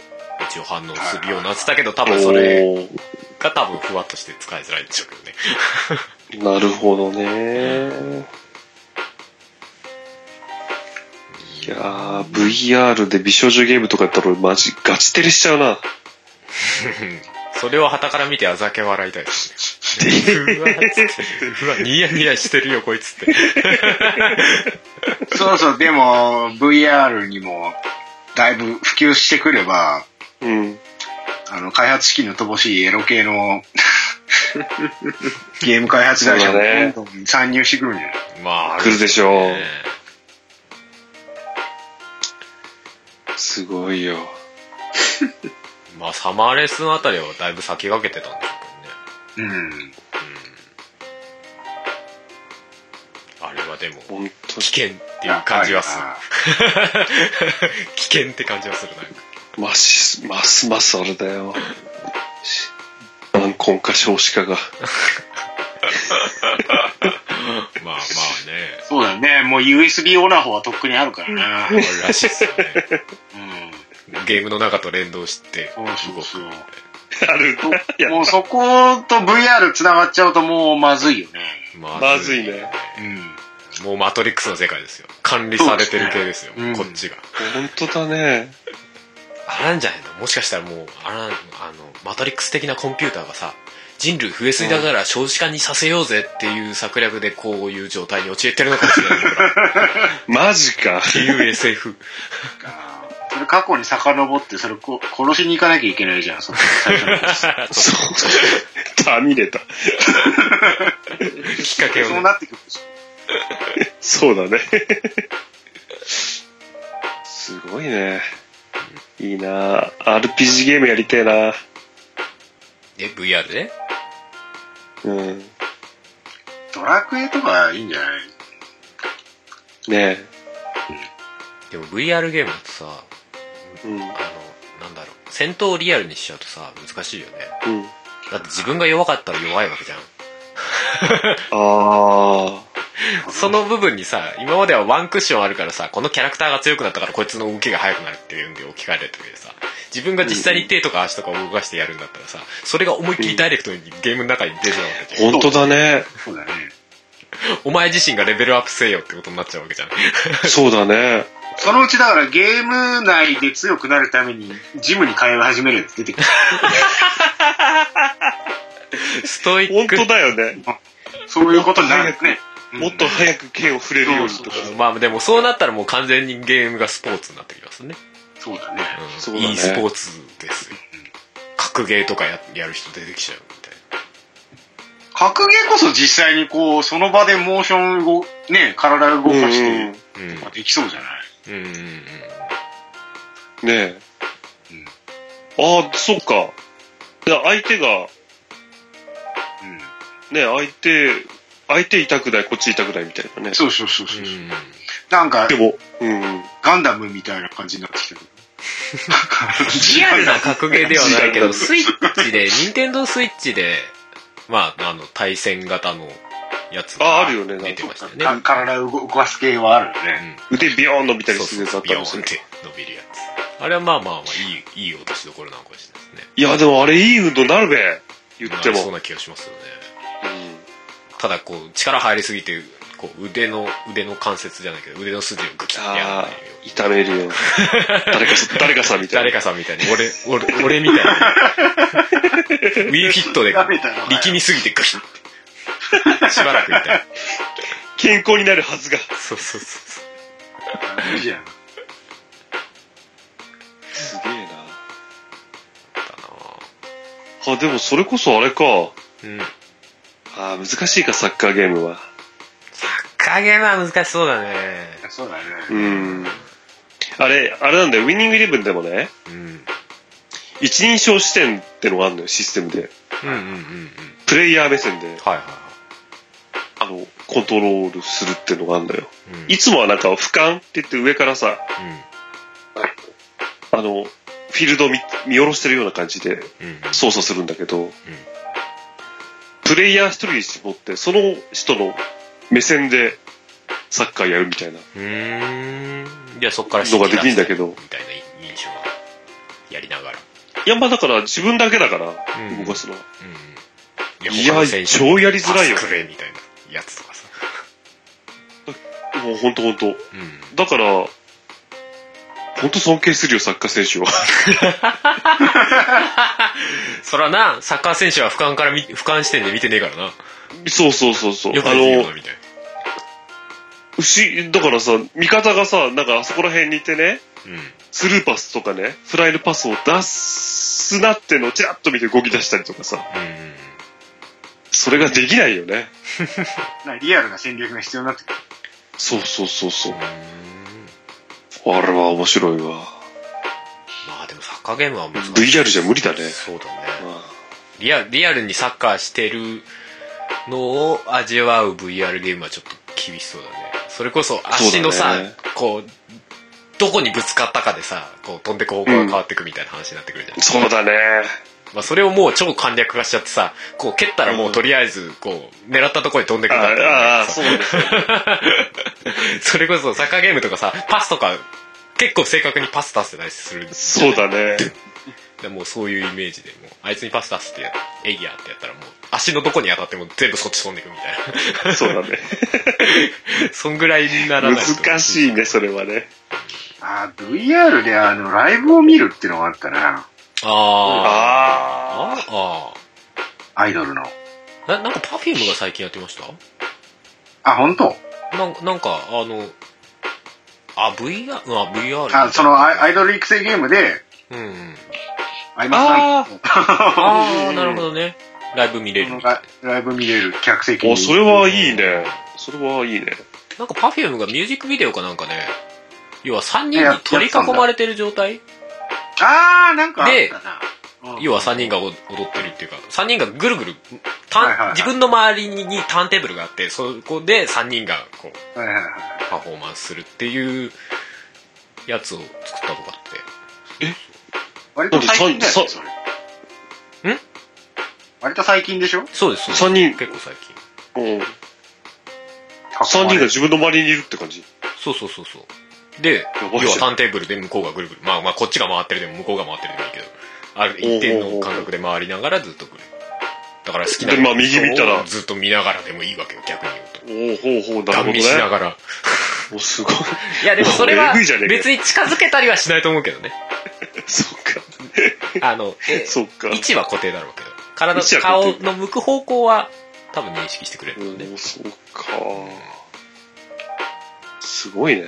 一応反応するようになってたけど多分それおーが多分ふわっとして使いづらいんでしょうけどねなるほどね。いやー、VR で美少女ゲームとかやったら俺マジガチ照れしちゃうな。それを旗から見てあざけ笑いたいですねうわっつってうわニヤニヤしてるよこいつってそうそう、でも VR にもだいぶ普及してくれば、うん。あの、開発資金の乏しいエロ系 のゲーム開発会社そうだねもどんどん参入してくるんじゃないまあ来るでしょうあれですよねすごいよ。まあサマーレスのあたりはだいぶ先駆けてたんでしょううん。けどねあれはでもほんと危険っていう感じはするや危険って感じはするなんかまし、ますますあれだよ。し晩婚化少子化が。まあまあねそうだよね。もう USB オナホはとっくにあるからあね。れらしいですよねうん。ゲームの中と連動してそうそうそう動くあるいやもうそこと VR 繋がっちゃうともうまずいよね。まずいねうん。もうマトリックスの世界ですよ管理されてる系ですよそうですねこっちが、本当だね。あれなんじゃないのもしかしたらもうあれなあのマトリックス的なコンピューターがさ人類増えすぎだから少子化にさせようぜっていう策略でこういう状態に陥ってるのかもしれない僕らマジか。っていう SF それ過去に遡って、それこ殺しに行かなきゃいけないじゃん、その最初のこそう。たみれた。きっかけとを、そう ね、なってくるでしょそうだね。すごいね。いいな RPG ゲームやりてえなえ VR でうん。ねドラクエとかいいんじゃないえ。でも VR ゲームだとさうん。うんあ。のなんだろう戦闘をリアルにしちゃうとさ難しいよねだって自分が弱かったら弱いわけじゃんあその部分にさ今まではワンクッションあるからさこのキャラクターが強くなったからこいつの動きが速くなるっていうんで置き換えられたけどさ自分が実際に手とか足とかを動かしてやるんだったらさそれが思いっきりダイレクトにゲームの中に出ちゃうわけあ。じゃん本当だね。そうだね。お前自身がレベルアップせよってことになっちゃうわけ じゃんそう だね。そのうちだからゲーム内で強くなるために、ジムに通い始めるやつ出てくる。ストイッ本ク当だよね。そういうことになるね。 もっと早く剣を振れるようにとか。まあでもそうなったらもう完全にゲームがスポーツになってきますね。そうだね。うんそうだね e スポーツですよ。格ゲーとかややる人出てきちゃうみたい格ゲーこそ実際にこう、その場でモーションを、ね、体を動かして、な。できそうじゃないうん。うんうんうん。ねえ。ああ、そっか。だから相手がね、相手、相手痛くない、こっち痛くないみたいなね。そうそうそうそうう、んなんかで、も、うん。ガンダムみたいな感じになってきてる。リアルな格ゲーではないけ ど、スイッチで、任天堂スイッチで、まあ、あの、対戦型のやつああるよねなんか出てましたよ ね。か体を動かす系はあるよね。腕ビヨーン伸びたそうりすそうるやビつあったんヨでーすンっよ。て伸びるやつ。あれはまあまあまあ、いい、いい落としどころなのかもしれないですね。いや、でもあれいい運動になるべ。言ってなりそうも。な気がしますよね。うんただ、こう、力入りすぎて、こう、腕の、腕の関節じゃないけど、腕の筋をグキッてやらなああいように。、痛める よ。誰かさ、誰かさんみたい誰な。かさんみたいに、俺、俺、俺みたいな。 ウィーフィットでやめたな力みすぎてグキッて。しばらく痛い。健康になるはずが。そうそうそうそう。いいじゃん。すげえな。だなあ、でもそれこそあれか。うん。あー難しいか、サッカーゲームは。加減は難しそうだね。そうだね。うん。あれ、あれなんだよ、ウィニングイレブンでもね、うん。一人称視点ってのがあるのよ、システムで。うんうんうんうん。プレイヤー目線で、はいはいはあの、コントロールするってのがあるのよ。い。うん。いつもはなんか、俯瞰って言って上からさ、あの、フィールドを見見下ろしてるような感じでうん。うん。操作するんだけど、プレイヤー一人に絞って、その人の目線でサッカーやるみたいな。うーん。じゃあそっからのができんだけどみたいな印象はやりながら。いや、まあだから自分だけだから、うん動かすのは。うん。いや超やりづらいよパスくれみたいなやつとかさ。もうほんとほんと。うん。だから、ほんと尊敬するよ、サッカー選 手は。そらな、サッカー選手は俯瞰から見、俯瞰視点で見てねえからな。そうそうそうそう。よくあ見るのよな、みたい牛、だからさ、味方がさ、なんかあそこら辺にいてね、な。うん。スルーパスとかね、フライルパスを出すなってのをチラッと見て動き出したりとかさ、うんうんうん。それができないよね。なんかリアルな戦略が必要になってくる。そうそうそうそうう。ーんあれは面白いわ。まあでもサッカーゲームは難しい。 VR じゃ無理だねそうだね。まリアリアルにサッカーしてるのを味わう VR ゲームはちょっと厳しそうだねそれこそ足のそうさ、だねこうどこにぶつかったかでさこう飛んでく方向が変わってくみたいな話になってくるじゃん、あそうだね。まあ、それをもう超簡略化しちゃってさこう蹴ったらもうとりあえずこう狙ったところに飛んでくあるんだったらあ、そうなんですよ。 それこそサッカーゲームとかさパスとか結構正確にパス出せたりするそうだね。でもうそういうイメージでもうあいつにパス出すってやエイヤーってやったらもう足のどこに当たっても全部そっち飛んでいくみたいなそうだね。そんぐらいにな らないと難しいね、それはね。あー VR であの、ライブを見るっていうのがあったな。あああ。ああアイドルの。あななんか Perfume が最近やってましたあ、本当なんなんかあのあ VR あ VR あ、そのアイアイドル育成ゲームで、うんうんアイマスさんああなるほどねライブ見れるのみたいラライブ見れる客席に。お、それはいいね。それはいいね。なんか Perfume がミュージックビデオかなんかね要は3人に取り囲まれてる状態あー、なんかあったな。うん要は3人がお踊ってるっていうか3人がぐるぐるはいはいタはンい自分の周りににターンテーブルがあってそこで3人がこうはいはいはいパフォーマンスするっていうやつを作ったとかって割と最近だよだっね、てさそれ。ん割と最近でしょそうです三人結構最近うん。三人が自分の周りにいるって感じ。そうそうそうそうでやばい要はじタゃん。ーンテーブルで向こうがぐるぐるまあまあこっちが回ってるでも向こうが回ってるでもいいけどある一定の感覚で回りながらずっとぐるだから好きなでまあ右見たらずっと見ながらでもいいわけよ逆に言うとおーほうほう、なガるほどン見しなね。がらお、すごい。いやでもそれはえぐいじゃねえか別に近づけたりはしないと思うけど ねそっか。あのえそっか。位置は固定だろうけど体位置は固顔定の向く方向は多分認識してくれるので、お、そうか。すごいね。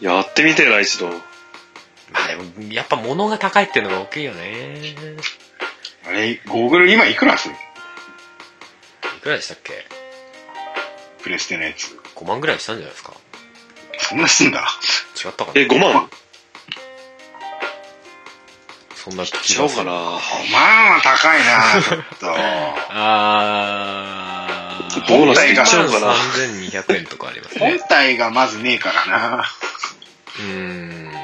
やってみてえな、一度。まあでも、やっぱ物が高いっていうのが大きいよね。いあれ、ゴーグル今いくらするくらでしたっけプレステのやつ。 ?5 万ぐらいしたんじゃないですかそんなすんだ。違ったかなえ、5万そんな気がしすちゃるおうかな。まあ、高いな、ちょっと。あーボーナスいっちゃうかな3200円とかあり ます本ね。体がまずねえからな。うーん。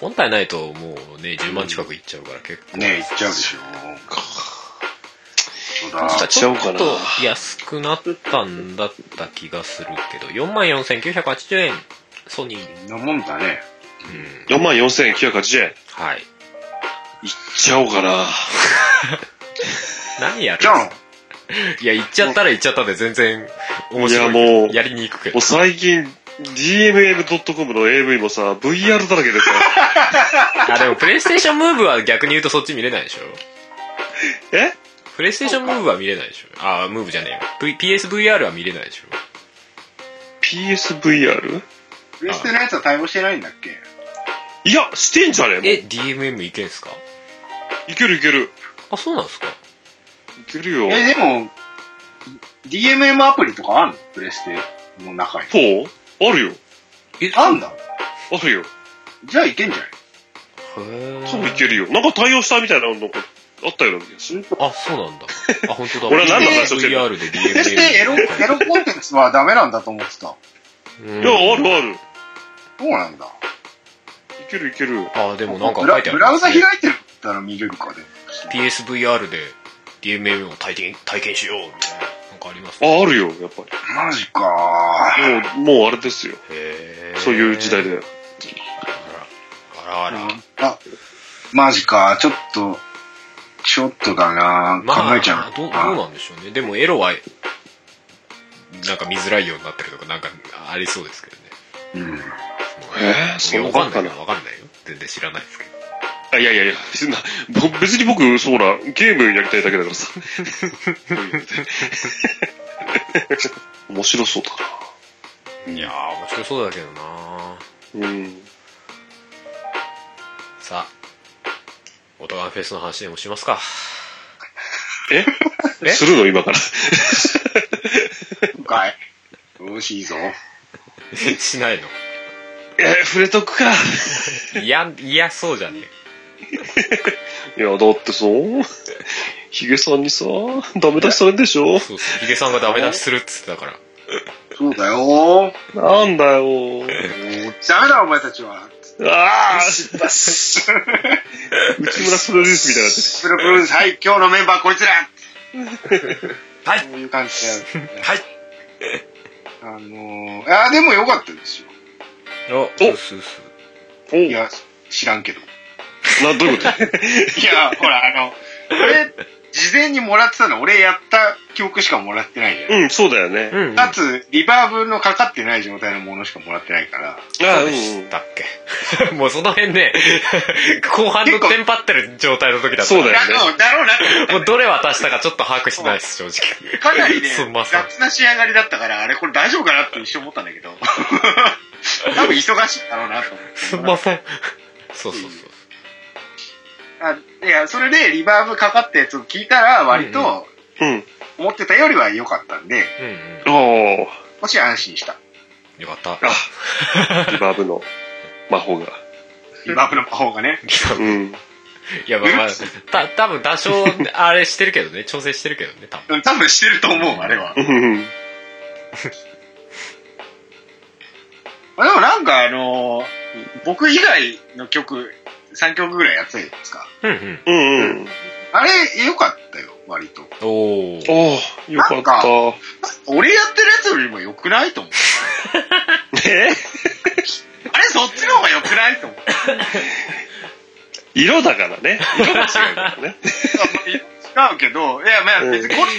本体ないともうね、10万近くいっちゃうから結構。ねえ、いっちゃうでしょ。そうだ。買っちゃおうかなちょっと安くなったんだった気がするけど、44,980円。ソニー。なもんだね。うん。 44,980円。はい。いっちゃおうかな。何やるじゃあ、いや、言っちゃったら言っちゃったで全然面いや白い。もう、やりに行くけもどう。最近、dmm.com の AV もさ、VR だらけでさ、 あ、でもプレイステーションムーブは逆に言うとそっち見れないでしょえプレイステーションムーブは見れないでしょあ、ムーブじゃねえよ。V- PSVR は見れないでしょ ?PSVR? プレステのやつは対応してないんだっけいや、してんじゃねええ、DMM いけんすかのいけるいける。あ、そうなんですかいけるよ。え、でも、DMM アプリとかあんのプレステの中に。 4? あるよ。えあんだ。あるよ。じゃあいけんじゃないへー多分いけるよ。なんか対応したみたいなのがあったような気がする。あ、そうなんだ。あ、本当だ。俺は何の話をしてる VR でプレス テエロ、 DMM。エロコンテンツはダメなんだと思ってた。うんいや、あるある。いそうなんだ。けるいける。あ、でもなんかブ書ラいてあブる。ラウザ開いてたら見れるかでも。 PSVR で DMM を体験、体験しようみたいな。なんかありますあ、あるよ、やっぱマジかり。もう、もうあれですよ。へーそういう時代だよ。あらあら。あ、マジかちょっと、ちょっとだな考えちゃう。どうどうなんでしょうね。でもエロは、なんか見づらいようになってるとか、なんかありそうですけどね。うん。えーそいうやわかんなかいなよ、わかんないよ。全然知らないですけど。あ、いやいや いや、別にな、ぼ別に僕、そうだ、ゲームやりたいだけだから さ。面白そうだいやー、面白そうだけどなな。うん。さあ、オトガンフェスの話でもします か。えするの今から。今回。美味しいぞ。しないの。えー、触れとく か。いや、いや、そうじゃねいや、だってさ、ヒゲさんにさ、ダメ出しされんでしょえ。そうそう。ヒデさんがダメ出しするっつってたから。そうだよなんだよ。ダメだ、お前たちは。ああ 内村プロデュースみたいになってる。プロプロです。はい、今日のメンバーこいつらはいこういう感じで。はい。あのー、あーでもよかったですよ。お、おうすうすいや、知らんけど。いな、どういうことや、ほら、あの、俺、事前にもらってたの、俺やった記憶しかもらってないじ ゃん。うん、そうだよね。うん、うん。かつ、リバーブのかかってない状態のものしかもらってないから。あそうでしたっけ もうその辺ね、後半のテンパってる状態の時だった。そうだよだろうだろうなってもうどれ渡したかちょっと把握してないです、正直。かなりね、 すんません雑な仕上がりだったから、あれこれ大丈夫かなって一瞬思ったんだけ ど。多分忙しいだろうなと思って。すんません。そうそうそう。あいや、それでリバーブかかったやつを聞いたら、割うんとうん。思ってたよりは良かったんで、うんうん。ああ。少し安心した。よかった。あ、リバーブの魔法が。リバーブの魔法がね。うん。いや、まあまあ、た、多分多少、あれしてるけどね、調整してるけどね、多分。多分してると思う、あ れは。うん。でもなんかあのー僕以外の曲、3曲ぐらいやってたじゃないですか。うんうんうん。あれ、良かったよ、割と。うん。おー。おー、よかった。俺やってるやつよりも良くないと思う。えあれ、そっちの方が良くないと思う。色だからね。色が違うから違ね。うけど、いや、まあ別に好み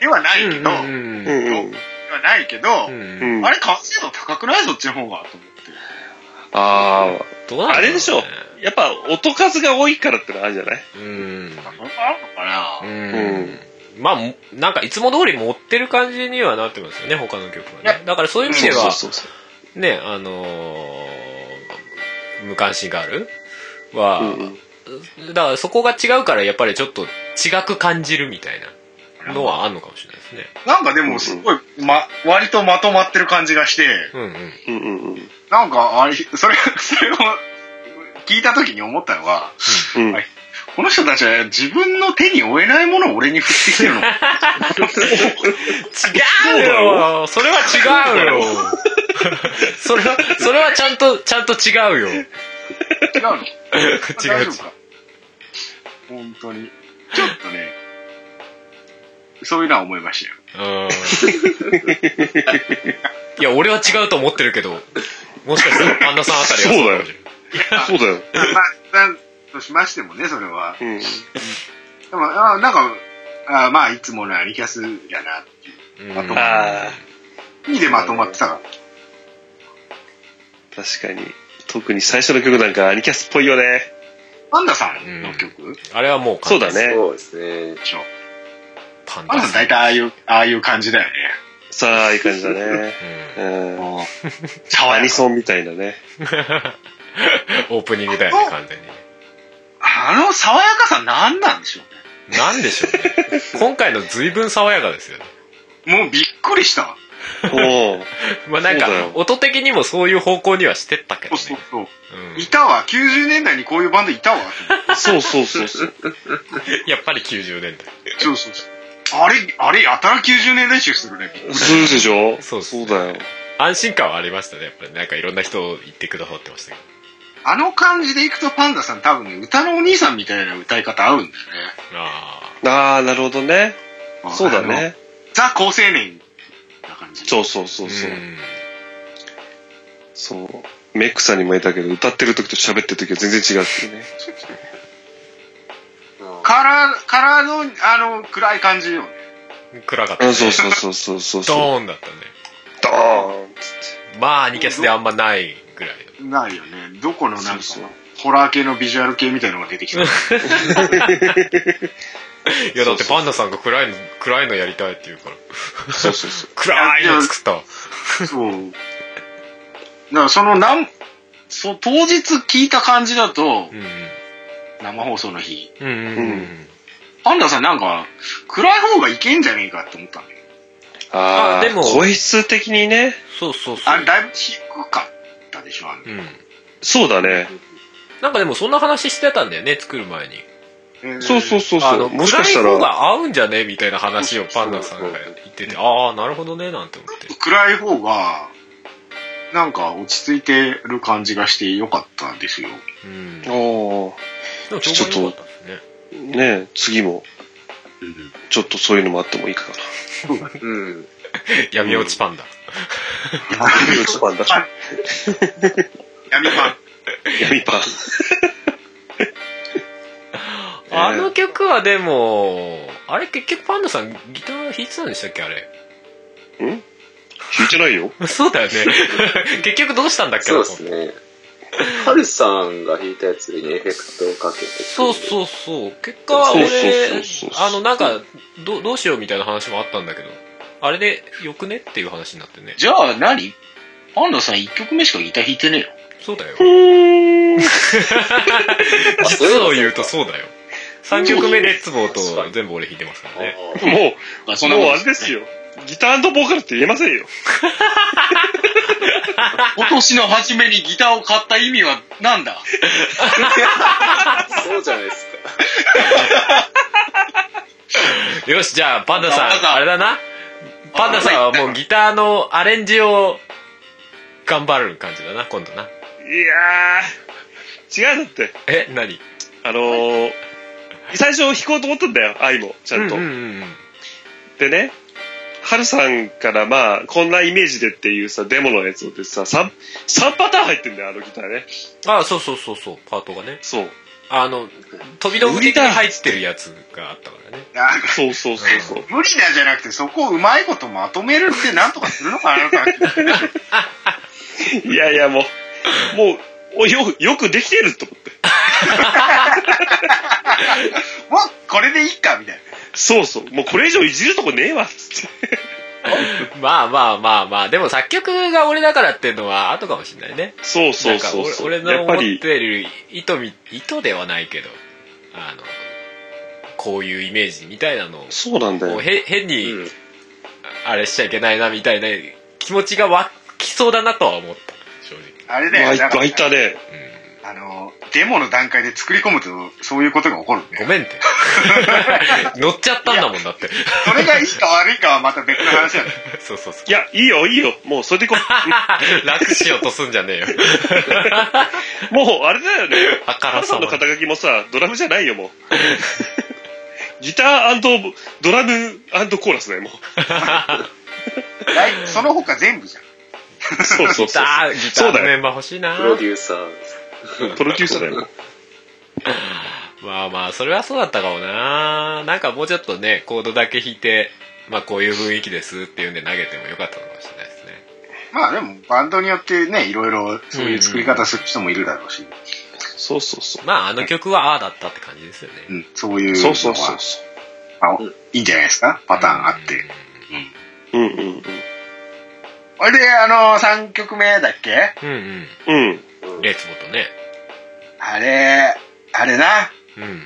ではないけど、うでん ううんんはないけど、うん。ううんん。ああれ、完成度高くないそっちの方が、と思って。あどうなんだろうねー、あれでしょ。やっぱ音数が多いからってのはあるんじゃないうん。そんなのあるのかな、うん。まあ、もなんかいつも通り持ってる感じにはなってますよね、他の曲はね。だからそういう意味では、そうそうね、あのー無関心があるは、そう。うんうんだからそこが違うからやっぱりちょっと違く感じるみたいなのはあんのかもしれないですね。なんかでも、すごい、ま、割とまとまってる感じがして、うんうん。うんうんうんなんか、あれ、それ、それを聞いた時に思ったのは、うんはいこの人たちは自分の手に負えないものを俺に振ってきて るの。違うよそれは違うよ それは、それはちゃんと、ちゃんと違うよ。違う違うの大丈違夫か本当に。ちょっとね、そういうのは思いましたよ。う。ん。いや、俺は違うと思ってるけど、もしかしたらパンダさんあたりはそうだよかもしれないそうだよ。 まあ、なんとしましてもね、それは。うん。でも、あなんか、あまあ、いつものアニキャスやな。うんあとああ、いいでまとまってたから。確かに。特に最初の曲なんかアニキャスっぽいよね。パンダさんの曲、であれはもうそ完うだ全にね。そうですね。しょ。パンパンダダさん大体ああいう、ああいう感じだよね。さあ、いい感じだ ね。ううん。爽アやニかソンみたいなね。んオープニングだよね、完全に。あの爽やかさなんなんでしょうなんでしょうね。 今回の随分爽やかですよね。ね。もうびっくりしたわ。 おうまあなんかそうだよ、音的にもそういう方向にはしてったけそどうそうね。そう。うんいたわ。90年代にこういうバンドい たわ。そうそうそうそう。やっぱり90年代。そうそうそう。あれ、あれ、やたら90年練習するね。そうでしょそうっすそねうだよ。安心感はありましたね、やっぱり。なんかいろんな人言ってくださってましたけあの感じでいくとパンダさん多分ね、歌のお兄さんみたいな歌い方合うんだよど。ああ。ああ、なるほどね。ね。そうだあの。ね。ザ・高青年な感じ。そうそうそうそう。んそう。メックさんにも言ったけど、歌ってる時と喋ってる時は全然違うっていうね。カラー、カラーの、あの、暗い感じよね。暗かった、うね。ん、そうそうそうそうそうドそう。ーンだったね。ドーンっまあ、アニキャスであんまないぐらいの。ないよね。どこのなんかそうそう、ホラー系のビジュアル系みたいのが出てきた。 いや、だってパンダさんが暗いの、暗いのやりたいって言うから。そうそうそう。 暗いの作ったわ。そう。だからその、なん、そう、当日聞いた感じだとう、ん生放送の日、うん。うんうんうん。パンダさんなんか、暗い方がいけんじゃねえかって思ったんだよ。あああ、ででもも。声質的にね。そうそうそあうれ、。だいぶ低かったでしょ、あのうん。そうだね。なんかでもそんな話してたんだよね、作る前に。そうそうそうあその、う。もしか暗いした方ら、が合うんじゃねみたいな話をパンダさんが言ってて、ああ、なるほどね、なんて思って。暗い方が、なんか落ち着いてる感じがしてよかったんですよ。うん。でも、おーちょうど良かったですね。ね次も、ちょっとそういうのもあってもいいかな。うん。闇落ちパンダ。闇落ちパンだ。闇パン。闇パン。あの曲はでも、あれ結局パンダさんギター弾いてたんでしたっけあれ。 聞いてないよ。そう だよね。結局どうしたんだっけそうですね。ハルさんが弾いたやつにエフェクトをかけてそうそうそう。結果はそう俺そうそうそう、あの、なんか、どどうしようみたいな話もあったんだけど、あれでよくねっていう話になってね。じゃあ何パンダさん1曲目しかギター弾いてねえよ。そうだよ。う実を言うとそうだよ。3曲目、レッツボーとそう全部俺弾いてますからね。もう、もまあうあれですよ。ギターボーカルって言えませんよ。今年の初めにギターを買った意味は何だそうじゃないですか。よし、じゃあ、パンダさパンダさん、んあれだな。パンダさんはもうギターのアレンジを頑張る感じだな、今度な。いやー、違うんだって。え、何あのー、最初弾こうと思ったんだよ、愛も、ちゃんと。うんうんうんうんでね、ハルさんからまあ、こんなイメージでっていうさ、デモのやつをってさ、3、三パターン入ってんだよ、あのギターね。あそうそうそうそう、パートがね。そう。あの、飛び道具的に入ってるやつがあったからね。なんかそうそうそうそう。無理なんじゃなくて、そこをうまいことまとめるってなんとかするのかなとかいやいや、もう、もう、およよくできてると思って。もうこれでいいかみたいそうそう。もうこれ以上いじるとこねえわ、つって。まあまあまあまあ、でも作曲が俺だからっていうのは後かもしれないね。そうそなうんかそうそう。俺俺のやっ思ぱっり、てる意図み、意図ではないけど、あの、こういうイメージみたいなのを、そうなんだこうよ。へ変うにん。あれしちゃいけないなみたいな気持ちが湧きそうだなとは思った、正直。な。あれだ湧よ、いなんか湧いたね。うんあの、デモの段階で作り込むと、そういうことが起こるんでご。めんって。乗っちゃったんだもんだって。それがいいか悪いかはまた別の話 なんだよ。そうそうそう。いや、いいよ、いいよ。もう、それでいこう。 楽しようとすんじゃねえよ。もう、あれだよね。あから母ささんまの肩書きもさ、ドラムじゃないよ、もう。ギタードラムコーラスだよ、もう。大その他全部じゃん。そうそうギそ タう。ー、ギタそうーだのよメンバー欲しいなプロデューサー。プロデューサーだよ、もう。まあまあ、それはそうだったかもななんかもうちょっとね、コードだけ弾いて、まあこういう雰囲気ですっていうんで投げてもよかったのかもしれないですね。まあでも、バンドによってね、いろいろそういう作り方する人もいるだろうし、そうそうそう。まああの曲はああだったって感じですよね。うん、そういうそうのそうそうは、そまあいいんじゃないですかパターンあって。う。うんうんほいで、あの、3曲目だっけうんうん。うん。うん。うんレッツボとね。あれ、あれな、うん。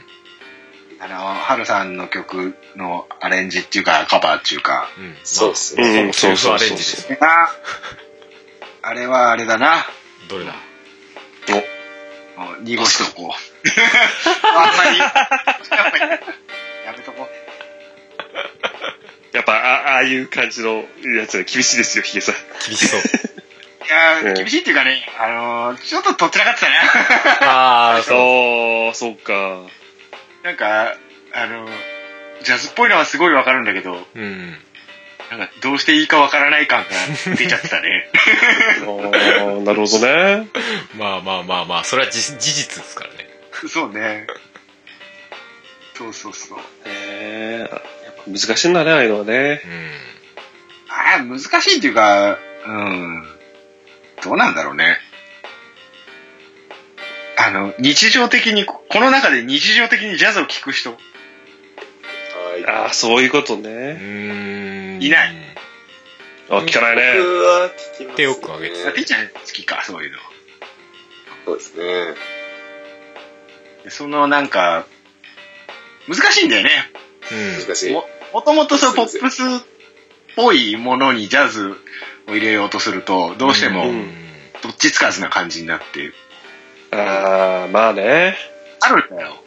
あの、ハルさんの曲のアレンジっていうか、カバーっていうか、うん。そうっですうね。んね。うんそうそうそアレンうそうジです。な、あれはあれだな、どれだもう濁し とこう。あんまり、やっぱり、やめとこう。やっぱ、あああいう感じのやつは厳しいですよ、ヒゲさん。厳しそう。いやうんー、厳しいっていうかね、あの、ちょっととっちらかってたね。 ああ、そう。ああ、そうか。なんか、あの、ジャズっぽいのはすごいわかるんだけど、うん。なんかどうしていいかわからない感が出ちゃってたね。ああ、なるほどね。まあまあまあまあ、それは事事実ですからね。そうね。そうそうそう。ええ難しいんだね、ああいうのはね。うああ、難しいっていうか、うん。どうなんだろうね。あの、日常的に、この中で日常的にジャズを聴く人、はい。ああ、そういうことん。うね。ーん。いない。あ聞かない僕ね。は聞きます、ね。手を加えあてっちゃん好きか、そういうの。そうですね。そのなんか、難しいんだよね。難しい。ももともとそう、そポうですップスっぽいものにジャズを入れようとすると、どうしてもうん。どっちつかずな感じになって、ああ、まあね。あるんだよ。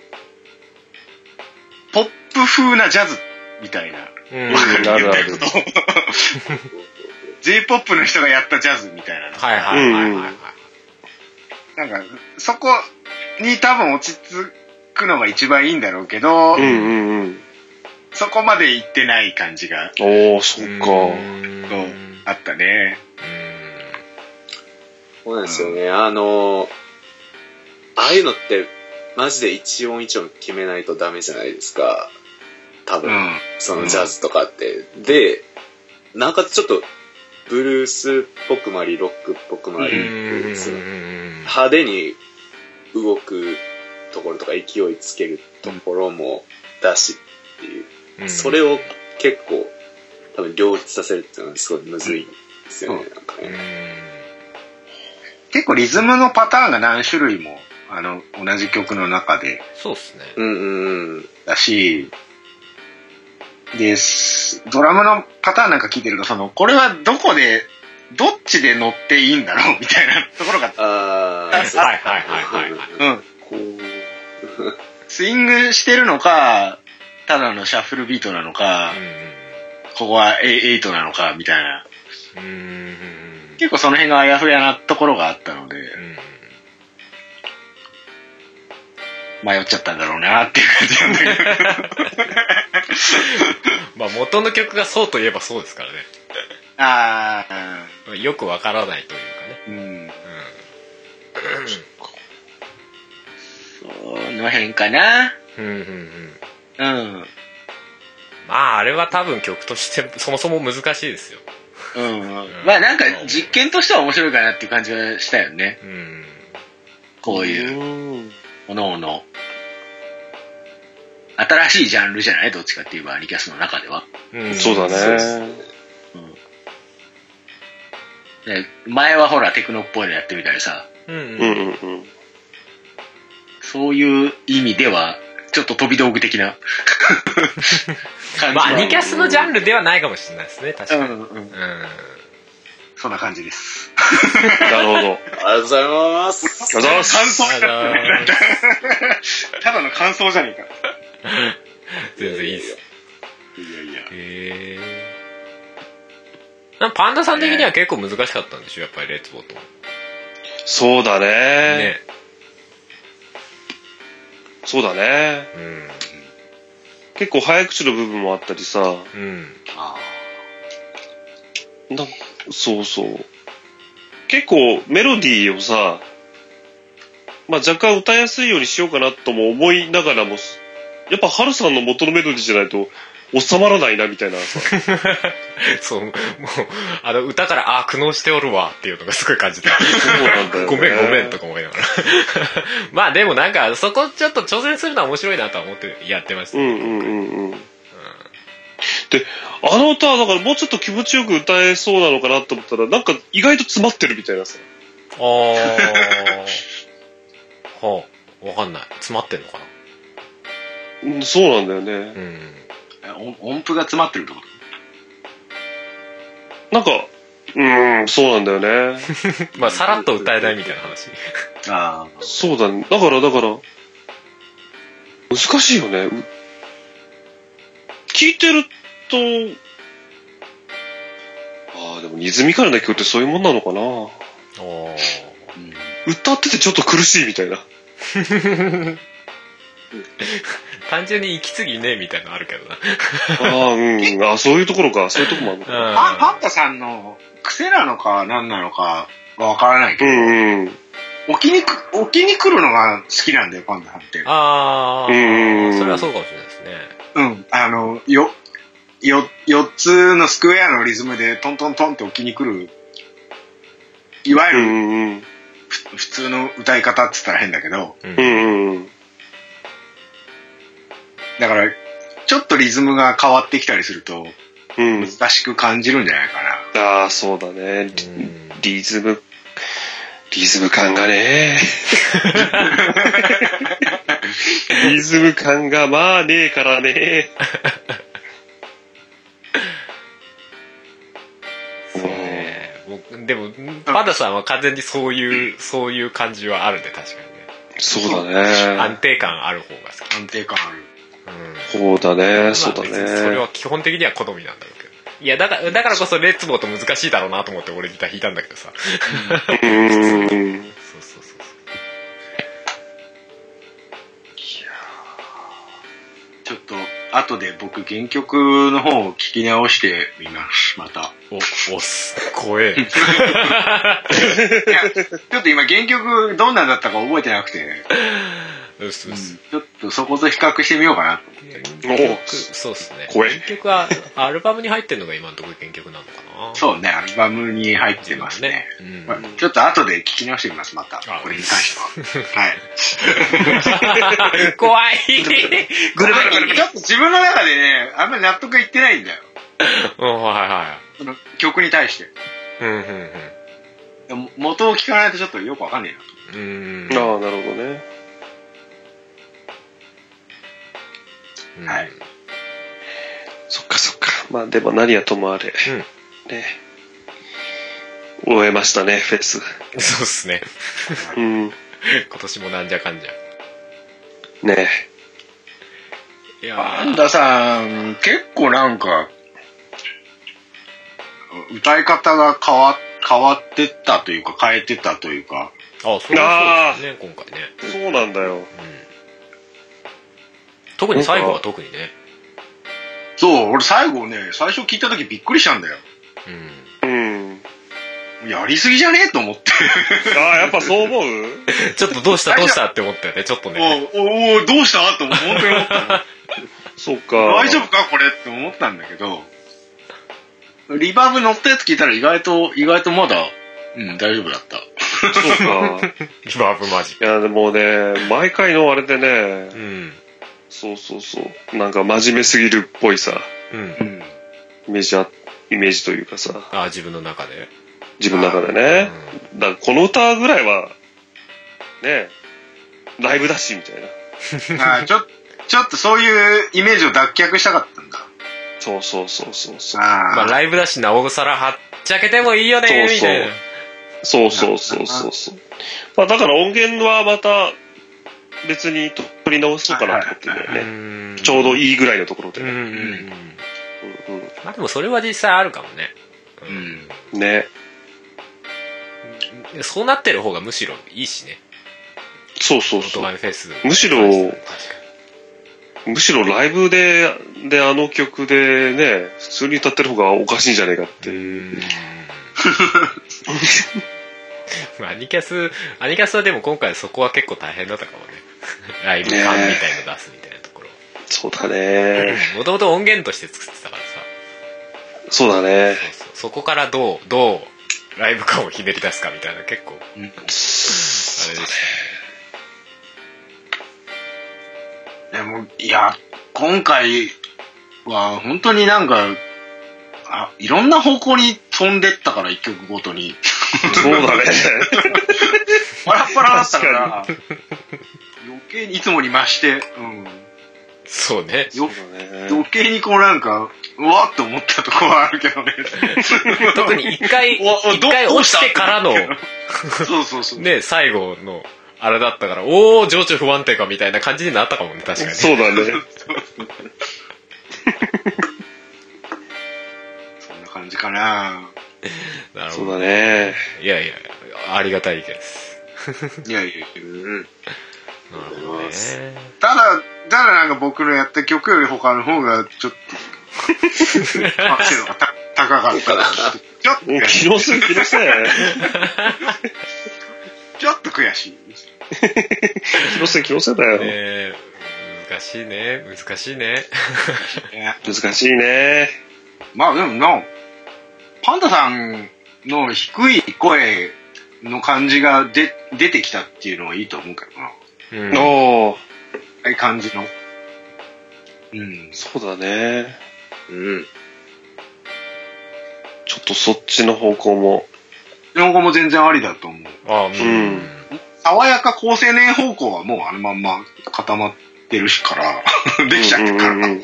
ポップ風なジャズみたいな。うん。うんはあるある言ったこと J-POP の人がやったジャズみたいなの。いはいはいはいはい。なんか、そこに多分落ち着くのが一番いいんだろうけど、うんうんうん。そこまで行ってない感じがおお、そっか。うんそうあったね。そうなんですよね。あの、ああいうのって、マジで一音一音決めないとダメじゃないですか。多う分、ん。そのジャズとかって。で、なんかちょっと、ブルースっぽくもあり、ロックっぽくもあり、うんその派手に動くところとか勢いつけるところもだしっていう、うんそれを結構多分両立させるっていうのはすごいむずいんですよね、なんかうんね。結構リズムのパターンが何種類も、あの、同じ曲の中でそうっすね。うんうんうん。だし、で、すドラムのパターンなんか聞いてると、その、これはどこで、どっちで乗っていいんだろう みたいなところが、ああ、そうはいはいはいはいはい。うん。こう。スイングしてるのか、ただのシャッフルビートなのか、ここは8なのか、みたいな。うんうん結構その辺があやふやなところがあったので、うん迷っちゃったんだろうなっていう感じなんだ けど。まあ元の曲がそうといえばそうですからね。あよくわからないというかね。ー、うん。うんその辺かな。うんうんうんうん。まああれは多分曲としてそもそも難しいですよ。うんまあなんか実験としては面白いかなっていう感じはしたよね。うん。こういう、うん。おのおの。新しいジャンルじゃないどっちかっていうば、アニキャスの中では。うんそうだそうですねね。で前はほらテクノっぽいのやってみたりさ、うんうんうんうんうん。そういう意味では、ちょっと飛び道具的 な感じはまあアニキャスのジャンルではないかもしれないですね、確うかんに。うん。うん。そんな感じです。なるほど。あありりがとうございます。がとうございます。感想ただ、ただの感想じゃねえか。全然いいっす。いやいや。へえなんかパンダさん的には結構難しかったんでしょやっぱりレッツボートそうだねねそうだね。うん結構早口の部分もあったりさ、うんあなんかそうそう。結構メロディーをさ、まあ若干歌いやすいようにしようかなとも思いながらも、やっぱハルさんの元のメロディーじゃないと収まらないなみたいなさ。そうもうあの歌からあー苦悩しておるわっていうのがすごい感じたそうなんだよ、ね。ごめんごめんとか思いながら まあでもなんかそこちょっと挑戦するのは面白いなとは思ってやってましたうね、んうんうんうん。で、あの歌はだからもうちょっと気持ちよく歌えそうなのかなと思ったら、なんか意外と詰まってるみたいなさ。ああはあわかんない詰まってんのかうんそうなんだよなね。うんあ。音音符が詰まってるってことなんか、うん、そうなんだよね。まあさらっと歌えないみたいな 話ああ。そうだね。だから、だから、難しいよね。う聞いてると、ああ、でもリズミカルな曲ってそういうもんなのかあな。ー歌っててちょっと苦しいみたい な。単純に息継ぎねえみたいなのあるけどなああ、うん。あそういうところか。そういうとこもあるのか。パパあンタさんの癖なのか何なのかがわからないけうど、んうん。起きにく、起きに来るのが好きなんだよ、パンダさんって。あうんーそれはそうかもしれないですねうん。あの、よ、よ、4つのスクエアのリズムでトントントンって起きに来る、いわうゆるんうん。ふ普通の歌い方って言ったら変だけど、ううんんうん。だから、ちょっとリズムが変わってきたりすると、うん。難しく感じるんじゃないかな。ああ、そうだね。リリズム、リズム感がね。リズム感がまあねえからね。そうね僕でもパンダさんは完全にそういうそういう感じはあるんで確かにねそうだ安ね。定感ある方が好き安定感ある。うんそまうだね、あそうだ別にそれね。は基本的には好みなんだろうけどいやだからだからこそレッツボート難しいだろうなと思って俺ギター弾いたんだけどさうん。そうそうそうちょっと、後で僕原曲の方を聞き直してみます、また。そうおおっす怖いえや、ちょっと今原曲どんなんだったか覚えてなくて、うっすうっすちょっとそこと比較してみようかな。原曲そうっすね怖え原曲はアルバムに入ってるのが今のところ原曲なのかなそうね、アルバムに入ってますね。うんまあちょっと後で聞き直してみます、またあ。これに関して は。はい。怖いグルちょっと自分の中でね、あんまり納得いってないんだよ。うんはいはその曲に対して。いうんうんでも元を聞かないとちょっとよくわかんねえな。うんうんああ、なるほどね。うんはいそっかそっか。まあでも何はともあれ。うんね。終えましたね、フェス。そうっすねうん。ね今年もなんじゃかんじゃえ。いやパーンダさん、結構なんか、歌い方が変わ変わってったというか、変えてたというか、あ、そうそうですね、今回ね。そうなんだよ。うん。特に最後は特にね。そう、俺最後ね、最初聞いた時びっくりしたんだよ。うん。うん。やりすぎじゃねえと思って。ああ、やっぱそう思うちょっとどうしたどうしたって思ったよね、ちょっとね。おうおうおうどうしたと思って本当に思ったの。 そうか。大丈夫かこれって思ったんだけど、リバーブ乗ったやつ聞いたら意外と、意外とまだ、うん、大丈夫だった。そうか。リバーブマジ。いや、でもね、毎回のあれでねう、ん。そうそうそう、なんか真面目すぎるっぽいさ、うん。うん。イメージあ、イメージというかさ、あ、自分の中で。自分の中でうね。んだからこの歌ぐらいは、ね、ライブだし、みたいな。 あーちょ、ちょっとそういうイメージを脱却したかったんだ。そうそうそうそうそう。あまあ、あ、ライブだし、なおさらはちゃけてもいいよねそうそうみたいなそうそうそうそうそう。まあだから音源はまた別に取り直そうかなと思ってるんだようね。んちょうどいいぐらいのところでうんうね。んうんうんまあでもそれは実際あるかもねうん。うんね。そうなってる方がむしろいいしねそうそう音そう。がフェスむしろ確かむしろライブで、で、あの曲でね、普通に歌ってる方がおかしいんじゃねえかってにういう。んまあアニキャスアニキャスはでも今回そこは結構大変だったかもねライブ感みたいの出すみたいなところそうだね。もともと音源として作ってたからさそうだね。そうそうそこからどうどうライブ感をひねり出すかみたいな結構あうんれでしでも、いや、今回は本当になんか、あいろんな方向に飛んでったから、一曲ごとに。そうだね。パラパラだったから、余計にいつもに増して、うん、たそうねそようだね余計にこうなんか、うわっと思ったとこはあるけどね。特に一回おお一回落ちてからのどうしたそうそうそう。ね最後のあれだったからおお情緒不安定かみたいな感じになったかもね確かにそうだね。そんな感じかな。なるほそうどだね。いやいやありがたいですいやいやいや。うん。なるほどねただ、ただなんか僕のやった曲より他の方がちょっと、完成度がた高かったな。ちょっとうん悔しい。気のせい、気のせい。ちょっと悔しい。気のせい、気のせいだよ。えー難しいね難しいねね難しいね。まあでもな、パンダさんの低い声の感じがで出てきたっていうのはいいと思うけどな。あうんおーあいう感じの。うん。そうだね。うん。ちょっとそっちの方向も。今後も全然ありだと思う。あうん、うん爽やか高青年方向はもうあのまんま固まってるしから、 できちゃったから、うんうんうん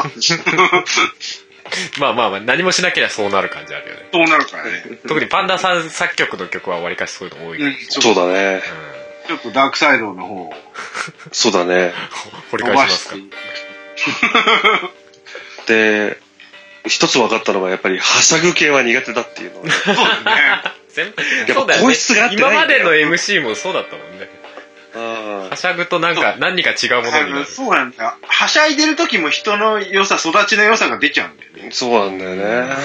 まあまあまあ何もしなければそうなる感じあるよねそうなるからね。 特にパンダさん作曲の曲はわりかしそういうの多いから、ううんん、そうだね。ちょっとダークサイドの方をそうだね。掘り伸返しまばすしかて。で、一つ分かったのがやっぱりはしゃぐ系は苦手だっていうのはね。そうだね。全部やっぱそうだよこねいつが合ってな今いんまだでよの MC もそうだったもんねあはしゃぐとなんか何か違うもの になるそうなんだ。はしゃいでる時も人の良さ、育ちの良さが出ちゃうんだよね。あそうなんだよね。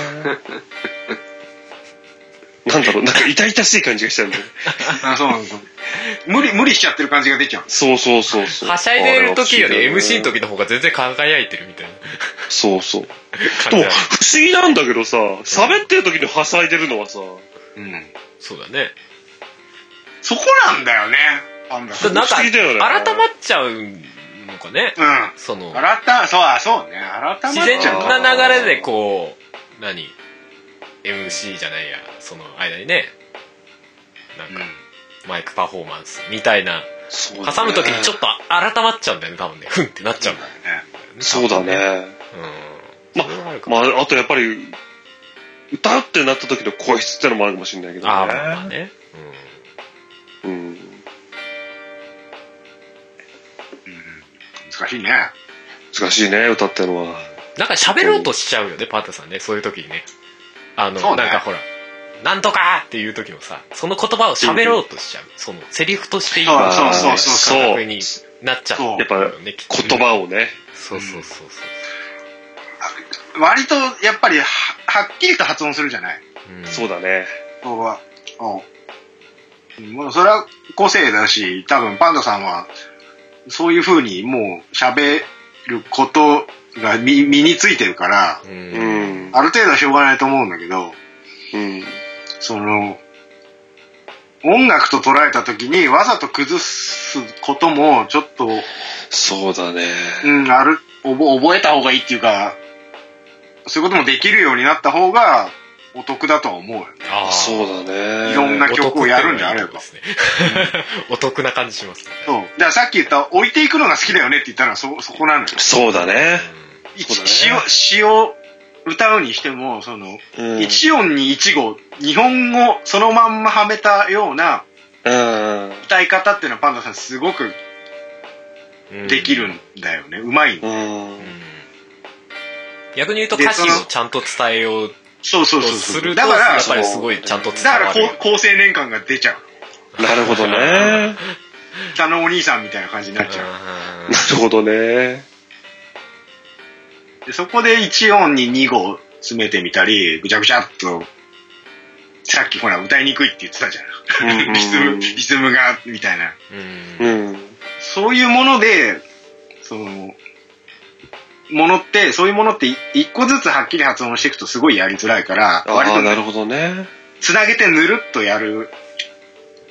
なんだろう、なんか痛々しい感じがしちゃうんだよね。あそうなんだ。無理、無理しちゃってる感じが出ちゃう。そうそうそうそう。はしゃいでる時よりあれは不思議 MC のだよね時の方が全然輝いてるみたいなそうそう。で感じも、不ある思議なんだけどさ、喋ってる時にはしゃいでるのはさ、うん。そうだねそこなんだよね。パンダさん。うなんか不思議だよね改まっちゃうのかねん。その改た、そう、あそうね。改ま自っ然ちゃうかか。な流れでこう何 MC じゃないやその間にねなんかマイクパフォーマンスみたいなそうだね挟む時にちょっと改まっちゃうんだよね多分ねふんってなっちゃうんだよねそうだね。うんまそれはあるかもまあ、あとやっぱり、歌うってなった時の声質ってのもあるかもしれないけどね。あーまあまあねうん。うん。うん難しいね。難しいね、歌ってのは。なんか喋ろうとしちゃうよねパンタさんねそういう時にねあのそうねなんかほらなんとかっていう時のさその言葉を喋ろうとしちゃうそのセリフとして今あそうそうそそうう感覚になっちゃうそうやっぱねきっとね言葉をね。そうそうそうそ割と、やっぱりは、はっきりと発音するじゃない。う、うんそうだね。そうは。うん。もうそれは個性だし、多分パンダさんは、そういう風にもう喋ることが身身についてるから、ううんん。ある程度はしょうがないと思うんだけど、うん。その、音楽と捉えた時にわざと崩すこともちょっと、そうだね。うん、ある、覚覚えた方がいいっていうか、そういうこともできるようになった方がお得だとは思うよね。あーそうだね。いろんな曲をやるんであれお得ばっていうのはいいとこですねお得な感じしますね そう。だからさっき言った置いていくのが好きだよねって言ったのはそ、そこなのよ。そうだね。一そうだね詩を、詩を歌うにしても、その、うん一音に一語日本語そのまんまはめたようなうん。歌い方っていうのはパンダさんすごくうんできるんだよね。うまい。うう。んん逆に言うと歌詞をちゃんと伝えようそうそうとそうすそう。るとだからやっ、ぱりすごいちゃんと伝だからわるこう高青年感が出ちゃう。なるほどね。なる北のお兄さんみたいな感じになっちゃう。うんほどね。でそこで1音に2号詰めてみたり、ぐちゃぐちゃっと、さっきほら歌いにくいって言ってたじゃうんん。リズム、リズムが、みたいな。うんうん。そういうもので、その、ものって、そういうものって一個ずつはっきり発音していくとすごいやりづらいから、あ割あ、なるとほどね。つなげてぬるっとやる、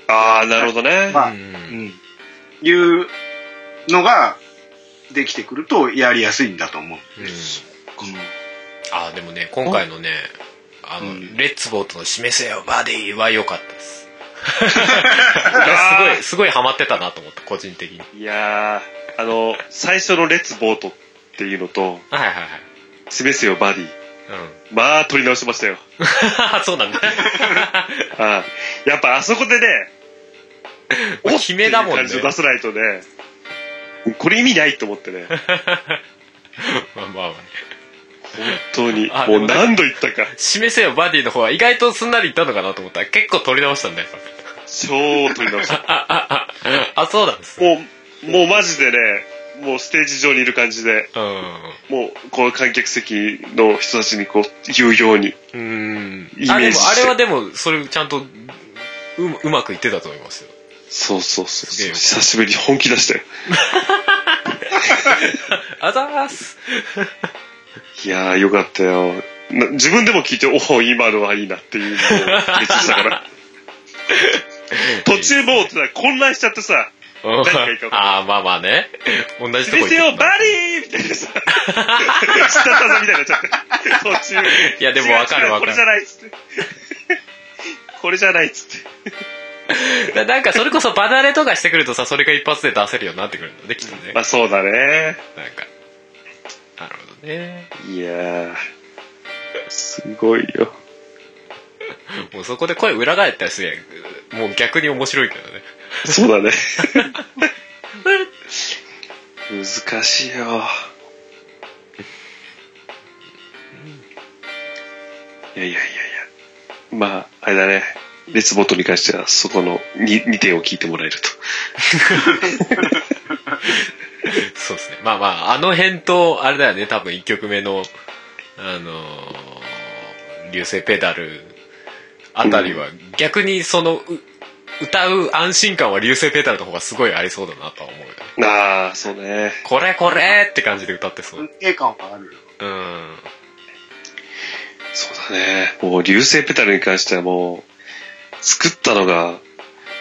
ああ、なるほどね。まあううんん、いうのができてくるとやりやすいんだと思う。うんあでもね今回のねあの、うんレッツボートの「示せよバディ」は良かったですあーすごいすごいハマってたなと思った個人的にはいやー、あの、最初のレッツボートっていうのと、いはいはい示せよバディ。まあ、取り直しましたよ。うんそうなんだああやっぱあそこでね、まあ決めだもんねおっていう感じを出さないとね、これ意味ないと思ってね、まあまあまあ本当に。 あもう何度言ったか。示せよバディの方は意外とすんなりいったのかなと思ったら結構取り直したんだよ超取り直した。ああああそうなんですねもう、もうマジでね、もうステージ上にいる感じで、うんもうこの観客席の人たちにこう言うように。うーんイメージあでもしてあれはでもそれちゃんとうまうまくいってたと思いますよそうそうそうすげえそう。よ久しぶりに本気出したよ。あざーすいやーよかったよ。な自分でも聞いて、おお、今のはいいなっていうの を決意したから。 途中もうさ混乱しちゃってさ、うん何がいいか分かんないああまあまあね同じとこ行でっすてよ、バリーみたいなさ、 下たみたいになっちゃって、途中。いやでもわかるわか違るう違うこれじゃないっつって。これじゃないっつって。だなんかそれこそ 離れとかしてくるとさそれが一発で出せるようになってくるんだねきっとね、まあそうだね。なんかなるほどねいやー、すごいよ。もうそこで声裏返ったりすりゃもう逆に面白いけどねそう だね。難しいよ。いやいやいやいや。まあ、あれだね。レッツボートに関しては、そこの 2, 2点を聞いてもらえると。そうですねまあまああの辺とあれだよね多分1曲目のあのー流星ペダルあたりは、逆にそのう歌う安心感は流星ペダルの方がすごいありそうだなとは思うよねああ、そうね。これこれって感じで歌ってそうええ感はあるよ。うんそうだね。もう流星ペダルに関してはもう、作ったのが、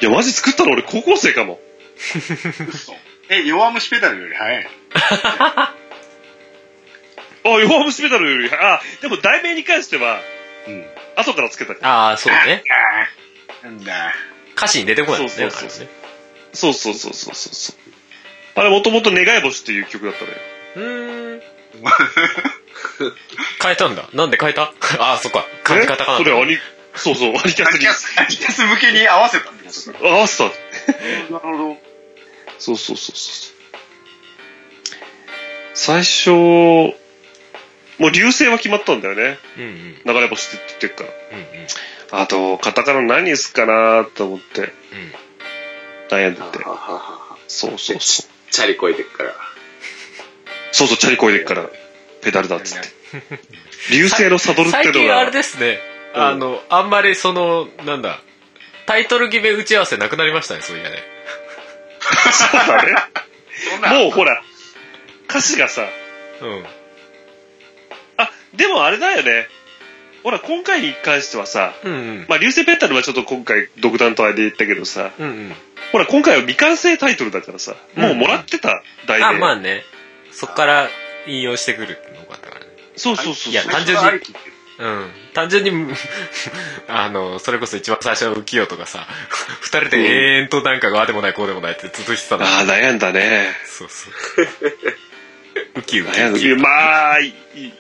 いや、マジ作ったの俺高校生かも。え、弱虫ペダルより早い。あ、弱虫ペダルより、あ、でも題名に関しては、うん。後からつけた。ああそうねあーなんだ。歌詞に出てこないもんねそうそうそあうそうそうそうそうそうそう。あれもともと願い星っていう曲だったのよ。れねうーん変えたんだなんで変えたああそっか感じ方かなえそれアニ、そ うそう、アニキアャスニにキャス、アニキャス向けに合わせたんですか合わせた。なるほど。そうそうそうそう。最初、もう流星は決まったんだよね。うんうんうんうん流れ星って言ってるから。うんあと、カタカナ何にすっかなと思ってうん悩んではて。はははそうそうそう。チャリこいでっから。そうそう、チャリこいでっから、ペダルだっつって。流星のサドルって最の近あれ が、ですね、うんあのあんまりそのなんだタイトル決め打ち合わせなくなりましたねそういやねそうだねそんもうほら、歌詞がさ、うんあ、でもあれだよね。ほら、今回に関してはさ、うんうんまあ、流星ペダルはちょっと今回独断とあれで言ったけどさ、うんうんほら、今回は未完成タイトルだからさ、もうもらってた題名。あまあねそっから引用してくるってのがあったからねそうそうそう。いやそう単純にありきってうん単純に あのそれこそ一番最初の浮世とかさ二人で永遠となんかがああでもないこうでもないって続いてたの、ああ、悩んだね。そうそうウキウキ悩んだ。いやまあ、い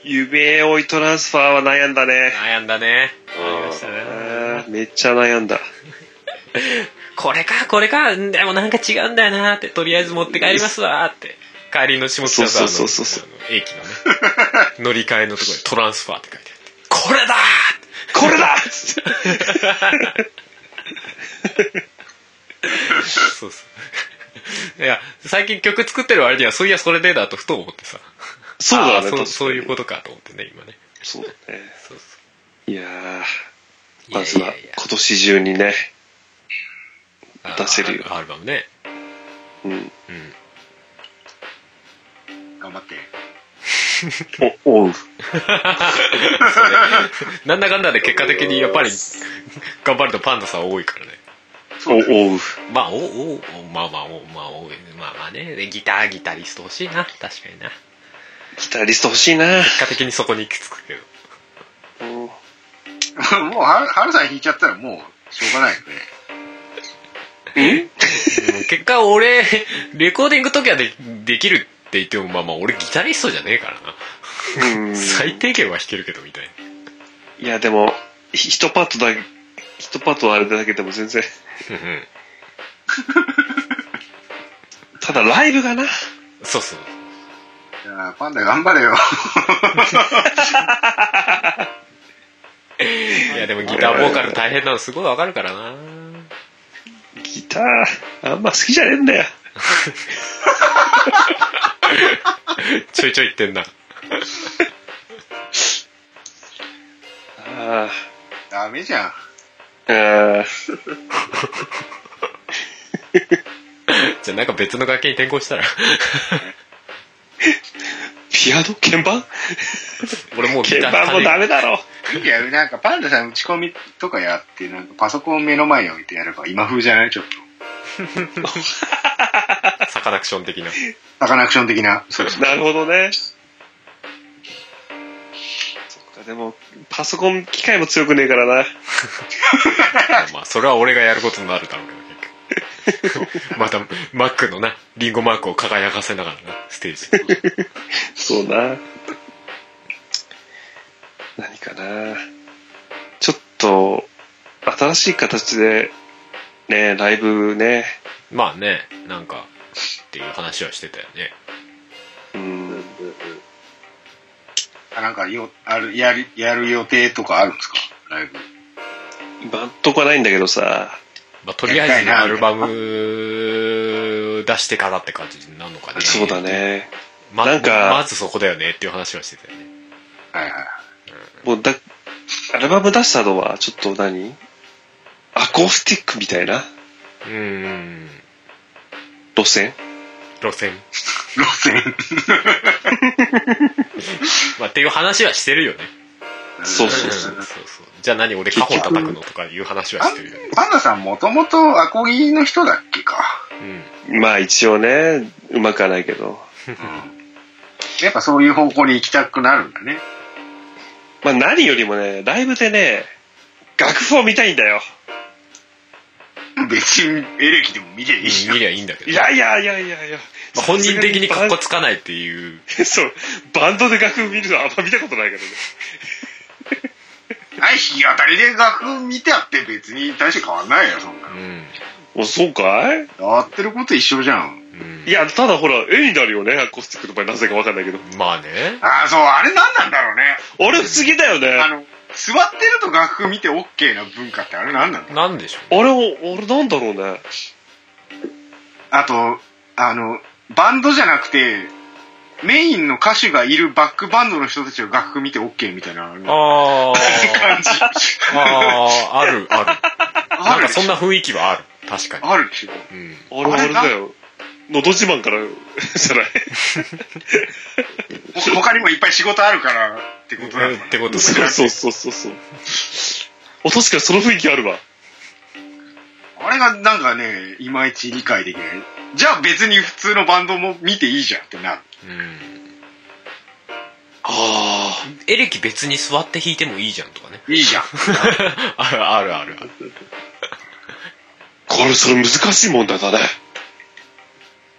夢追いトランスファーは悩んだね。悩んだねあー悩みましたねー、めっちゃ悩んだ。これかこれかんでもなんか違うんだよなってとりあえず持って帰りますわって帰りの下北沢のそうそうそうそうあの駅の ね乗り換えのところに「トランスファー」って書いてあって「これだ!」これ だっつって。そうそういや最近曲作ってる割にはそういやそれでだとふと思ってさそうだあーね。そう確そういうかにことかと思ってね今ねそうだね。そうそいやー、うまずいはやいやいや今年中にね。出せるよあアルバムねうん。うん頑張って。お、おう。なんだかんだで結果的にやっぱり頑張るとパンダさん多いからねお、おう。まあおおおまあまあおまあおまあまあねでギターギタリスト欲しいな確かになギタリスト欲しいな。結果的にそこに行き着くけどうんもうは、はるさん弾いちゃったらもう、しょうがないよね。でも結果俺レコーディング時はでできるって言ってもまあまあ俺ギタリストじゃねえからな、うん最低限は弾けるけどみたいないや、でも、ひ一パートだけ、一パートあれだけでも全然。ただライブがな。そうそうじゃあ、パンダ頑張れよ。いやでもギターボーカル大変なのすごいわかるからなギター、あんま好きじゃねえんだよ。ちょいちょい言ってんなあダメじゃん。あ、ああ、じゃあなんか別の楽器に転校したら ピアノ鍵盤俺もうギ鍵ター盤もダメだろ。いや、なんかパンダさん打ち込みとかやって、なんかパソコン目の前に置いてやれば今風じゃないちょっと。サカナクション的なサカナクション的な。そうなるほどね。そっか、でも、パソコン機械も強くねえからな。まあそれは俺がやることになるだろうけど結局またマックのなリンゴマークを輝かせながらなステージそうな。何かな。ちょっと、新しい形で、ね、ライブね、まあねなんかっていう話はしてたよねうん、あなんかよ、ある、やる、やる予定とかあるんですかライブ。バントがないんだけどさ、まあとりあえずアルバム出してからって感じになるのかねそうだね。まなんかまずそこだよねっていう話はしてたよねはいはい。もうだ、アルバム出したのは、ちょっと何アコースティックみたいなうーん路線路 線、路線。 まあ、っていう話はしてるよねそううんそうそそそううじゃあ何俺カホン叩くのとかいう話はしてるよねパンダさんもともとアコギの人だっけか。うんまあ一応ね、うまくはないけど。やっぱそういう方向に行きたくなるんだね。まあ何よりもね、ライブでね、楽譜を見たいんだよ。別にエレキでも見ていいしな見。りゃいいんだけどいやいやいやいやいや。まあ本人的にかかっっここつかないっていう そう、バンドで楽譜見るのあんま見たことないからね。はい、弾き当たりで楽譜見てあって別に大して変わんないよ、そんなう。んお、そうかいやってること一緒じゃん。うんいや、ただほら、絵になるよね、アコースティックの場合、なぜかわかんないけど。まあねああ、そう、あれ何なんだろうね。俺不思議だよね。あの、座ってると楽譜見て OK な文化ってあれ何なんだろうなんでしょうね俺、俺なんだろうね。あと、あの、バンドじゃなくて、メインの歌手がいるバックバンドの人たちを楽譜見て OK みたいな。ああ感じ。ああああるあるあなんるかでそんしょな雰囲気はある確かにあるでしょ。うん俺、あ俺れなだよ。のど自慢から、 じゃない。ほ他にもいっぱい仕事あるからってことなのかってことですそうそうそうそうそう。 お、確かにその雰囲気あるわ。な。あれがなんかね、いまいち理解できない。じゃあ別に普通のバンドも見ていいじゃんってなる。うんあエレキ別に座って弾いてもいいじゃんとかねいいじゃん。 あるあるあるあるあ、これ、それ難しい問題だね。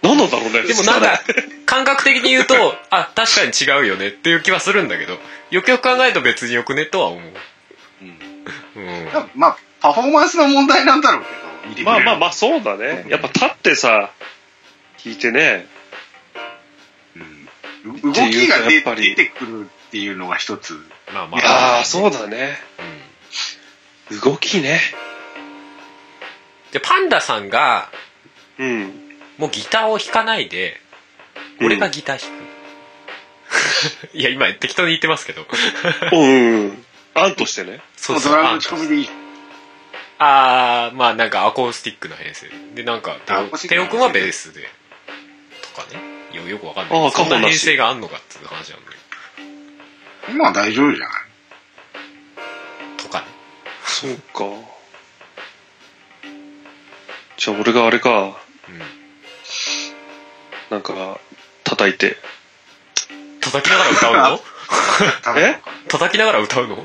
なんなんだろうね。でもなんか、感覚的に言う とあ確かに違うよねっていう気はするんだけどよくよく考えると別によくねとは思ううん、まあ、パフォーマンスの問題なんだろうけど、見てくまれあるまあまあ、そうだね。やっぱ立ってさ、弾いてね。うん動きがや出っぱり出てくるっていうのが一つ。まあまあ、ああ、そうだね。うん動きね。でパンダさんがうん。もうギターを弾かないでうん俺がギター弾く、 いや今適当に言ってますけ どうん。案としてね。そうもうそうドラムパン打ち込みでいい。ああまあなんかアコースティックな編成でなんかアコースティックテオ君はベースでとかねよよくわかんなあいあそんなカホな編し成があんのかっていう話なんだけ今は大丈夫じゃないどとかねそうか。じゃあ俺があれか、うんなんか、叩いて。叩きながら歌うの多分え叩きながら歌うの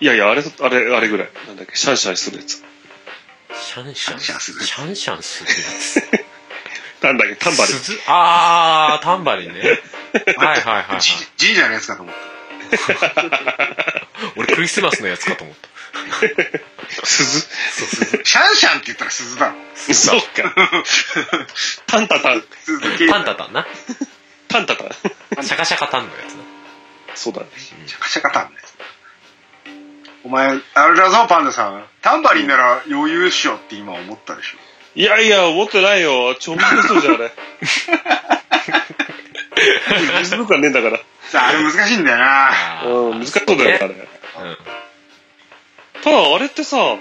いやいや、あれ、あれ、あれぐらい。なんだっけ、シャンシャンするやつ。シャンシャンシャンシャンするシャンシャンするやなんだっけ、タンつバリン。鈴ああタンバリンねはいはいはい、はい、じ神社のやつかと思っ俺クリスマスのやつかと思った鈴。た。シャンシャンって言ったら鈴だろ。 そう か。タンタタン。鈴パンタタンなタンタタン。シャカシャカタンのやつなそうだね。シャカシャカタンのやつお前、あれだぞ、パンダさん。タンバリンなら余裕っしょって今思ったでしょ。いやいや、思ってないよ。ちょびっくりするじゃん、あれ。水とかねえんだから。さあ、あれ難しいんだよな。あーうん、難しそうだよ、あれ。ただ、あれってさ、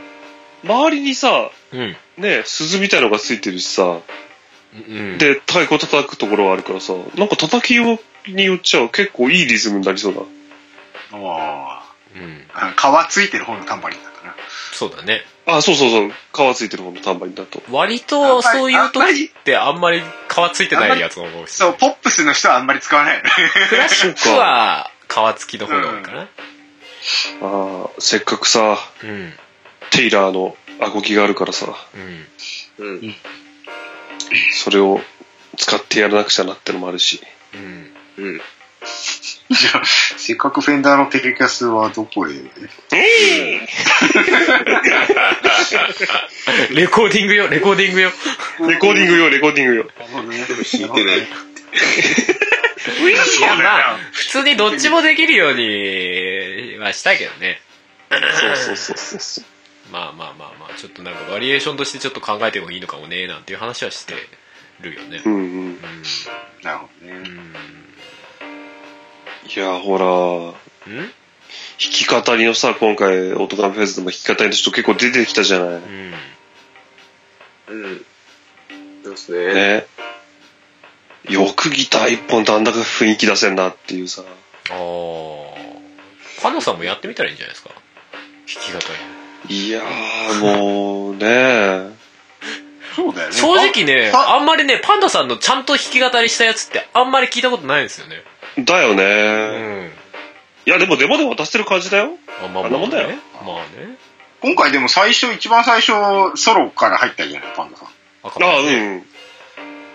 周りにさ、うんね、鈴みたいのがついてるしさ、うんで、太鼓叩くところはあるからさ、なんか叩きようによっちゃ結構いいリズムになりそうだ。おーうんあ皮ついてる方のタンバリンだったな。そうだねあ、そうそうそう、皮ついてる方のタンバリンだと。割とそういうあんま時りってあんまり皮ついてないやつが多いしそう、ポップスの人はあんまり使わないよね。クラシックは皮付きの方が多いかなああ、せっかくさ、うんうんテイラーのアコギがあるからさ、うん。それを使ってやらなくちゃなってのもあるし。うんうん。じゃあ、せっかくフェンダーのテレキャスはどこへレコーディングよレコーディングよレコーディングよ、レコーディングよ。引 聞いてない。いやまあ普通にどっちもできるようにはしたけどねそうそうそうそうそう。まあまあまあまあちょっとなんかバリエーションとしてちょっと考えてもいいのかもねなんていう話はしてるよねうんうん。うなるほどね。んいや、ほら、うん弾き語りのさ、今回、オトガンフェスでも弾き語りの人結構出てきたじゃない。うんうん。そうですね。ね。よくギター一本であんだけ雰囲気出せんなっていうさ。ああカノさんもやってみたらいいんじゃないですか弾き語いやー、もうね。そうだよりね。正直ねああんまりねパンダさんのちゃんと弾き語りしたやつってあんまり聞いたことないんですよねだようね。いや、でもデモで渡してる感じだよ。あまあまああんなもんだよねまあね今回でも最初、一番最初、ソロから入ったじゃない、パンダさん。 あああ、うん。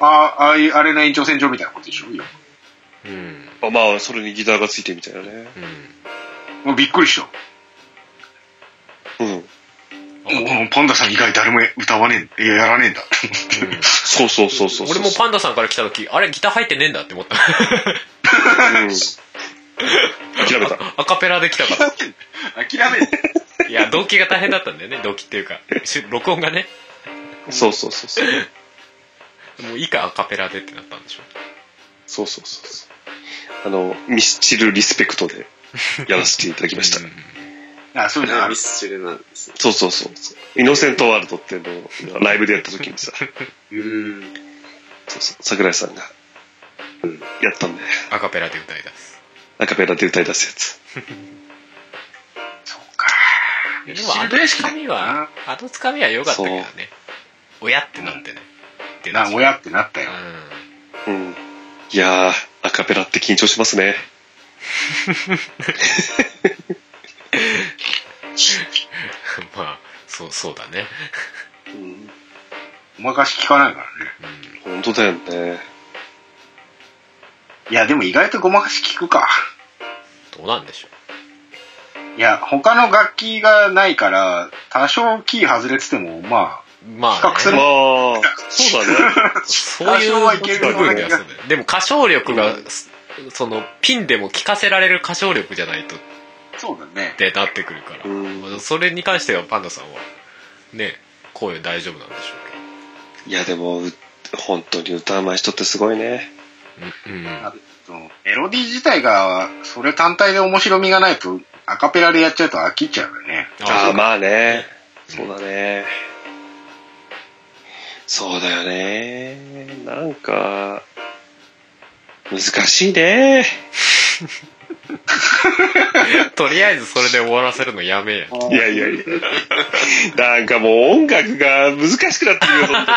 ああ、ああいう、あれの延長線上みたいなことでしょ、今うんうんあまあ、それにギターがついてみたいなね。もうびっくりした。うん。あもうパンダさん以外誰も歌わねえ、いややらねえんだ。うんそうそうそうそうそう。俺もパンダさんから来た時あれギター入ってねえんだって思った うん。諦めた。アカペラで来たから諦めて。いや同期が大変だったんだよね同期っていうかし録音がねそうそうそうそう。もういいかアカペラでってなったんでしょそうそうそうそう。あの、ミスチルリスペクトでやらせていただきました。うん あ、そうじゃあなミい。スチルなんですね。そうそうそうそう。イノセントワールドっていうのをライブでやった時にさ、うん。そうそう桜井さんがうんやったんで、アカペラで歌い出すアカペラで歌い出すやつ。そうか。でミスもチあルの大好きつだかよみなはあのつかみは良かったけどね親ってなってね、ってなっな、て親ってなったよ。ううん。いやー、アカペラって緊張しますね。ん まあそうそうだねうん。おまかし聞かないからね。本当だよね。いや、でも意外とごまかし聞くか。どうなんでしょういや、他の楽器がないから、多少キー外れてても、ままあ、ね、比較するああ、そうだね。そういう多少はいけることだよねでも歌唱力が、そのピンでも聞かせられる歌唱力じゃないとっあ、そうだね。てなってくるから、うんそれに関してはパンダさんはね声大丈夫なんでしょいやでもう本当に歌うまい人ってすごいねうけど、うんうん、あそのメロディー自体が、それ単体で面白みがないと、アカペラでやっちゃうと飽きちゃうよね。あああまあねそうだねそうだよねなんか難しいね とりあえずそれで終わらせるのやめやいやいや いや。なんかもう音楽が難しくなってるよ、本当にね。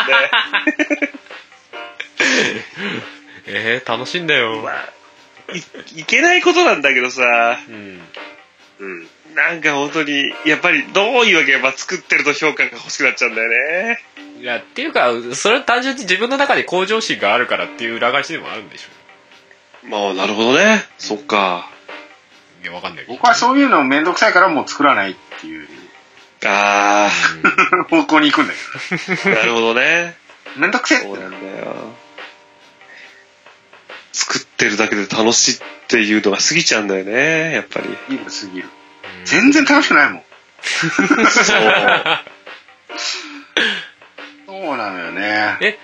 えー、楽しいんだよ、まあ、いいけないことなんだけどさ、うん、うんなんか本当に、やっぱりどういうわけば作ってると評価が欲しくなっちゃうんだよね。いやっていうかそれは単純に自分の中で向上心があるからっていう裏返しでもあるんでしょまあなるほどねそっかいやわかんないけど僕はそういうのめんどくさいからもう作らないっていうあ方向に行くんだけあなるほどねど。めんどくせえそうってななるんだよ作ってるだけで楽しいっていうのが過ぎちゃうんだよねやっぱりすぎるすぎうる。ん全然楽しくないもん。そうそうなのよね。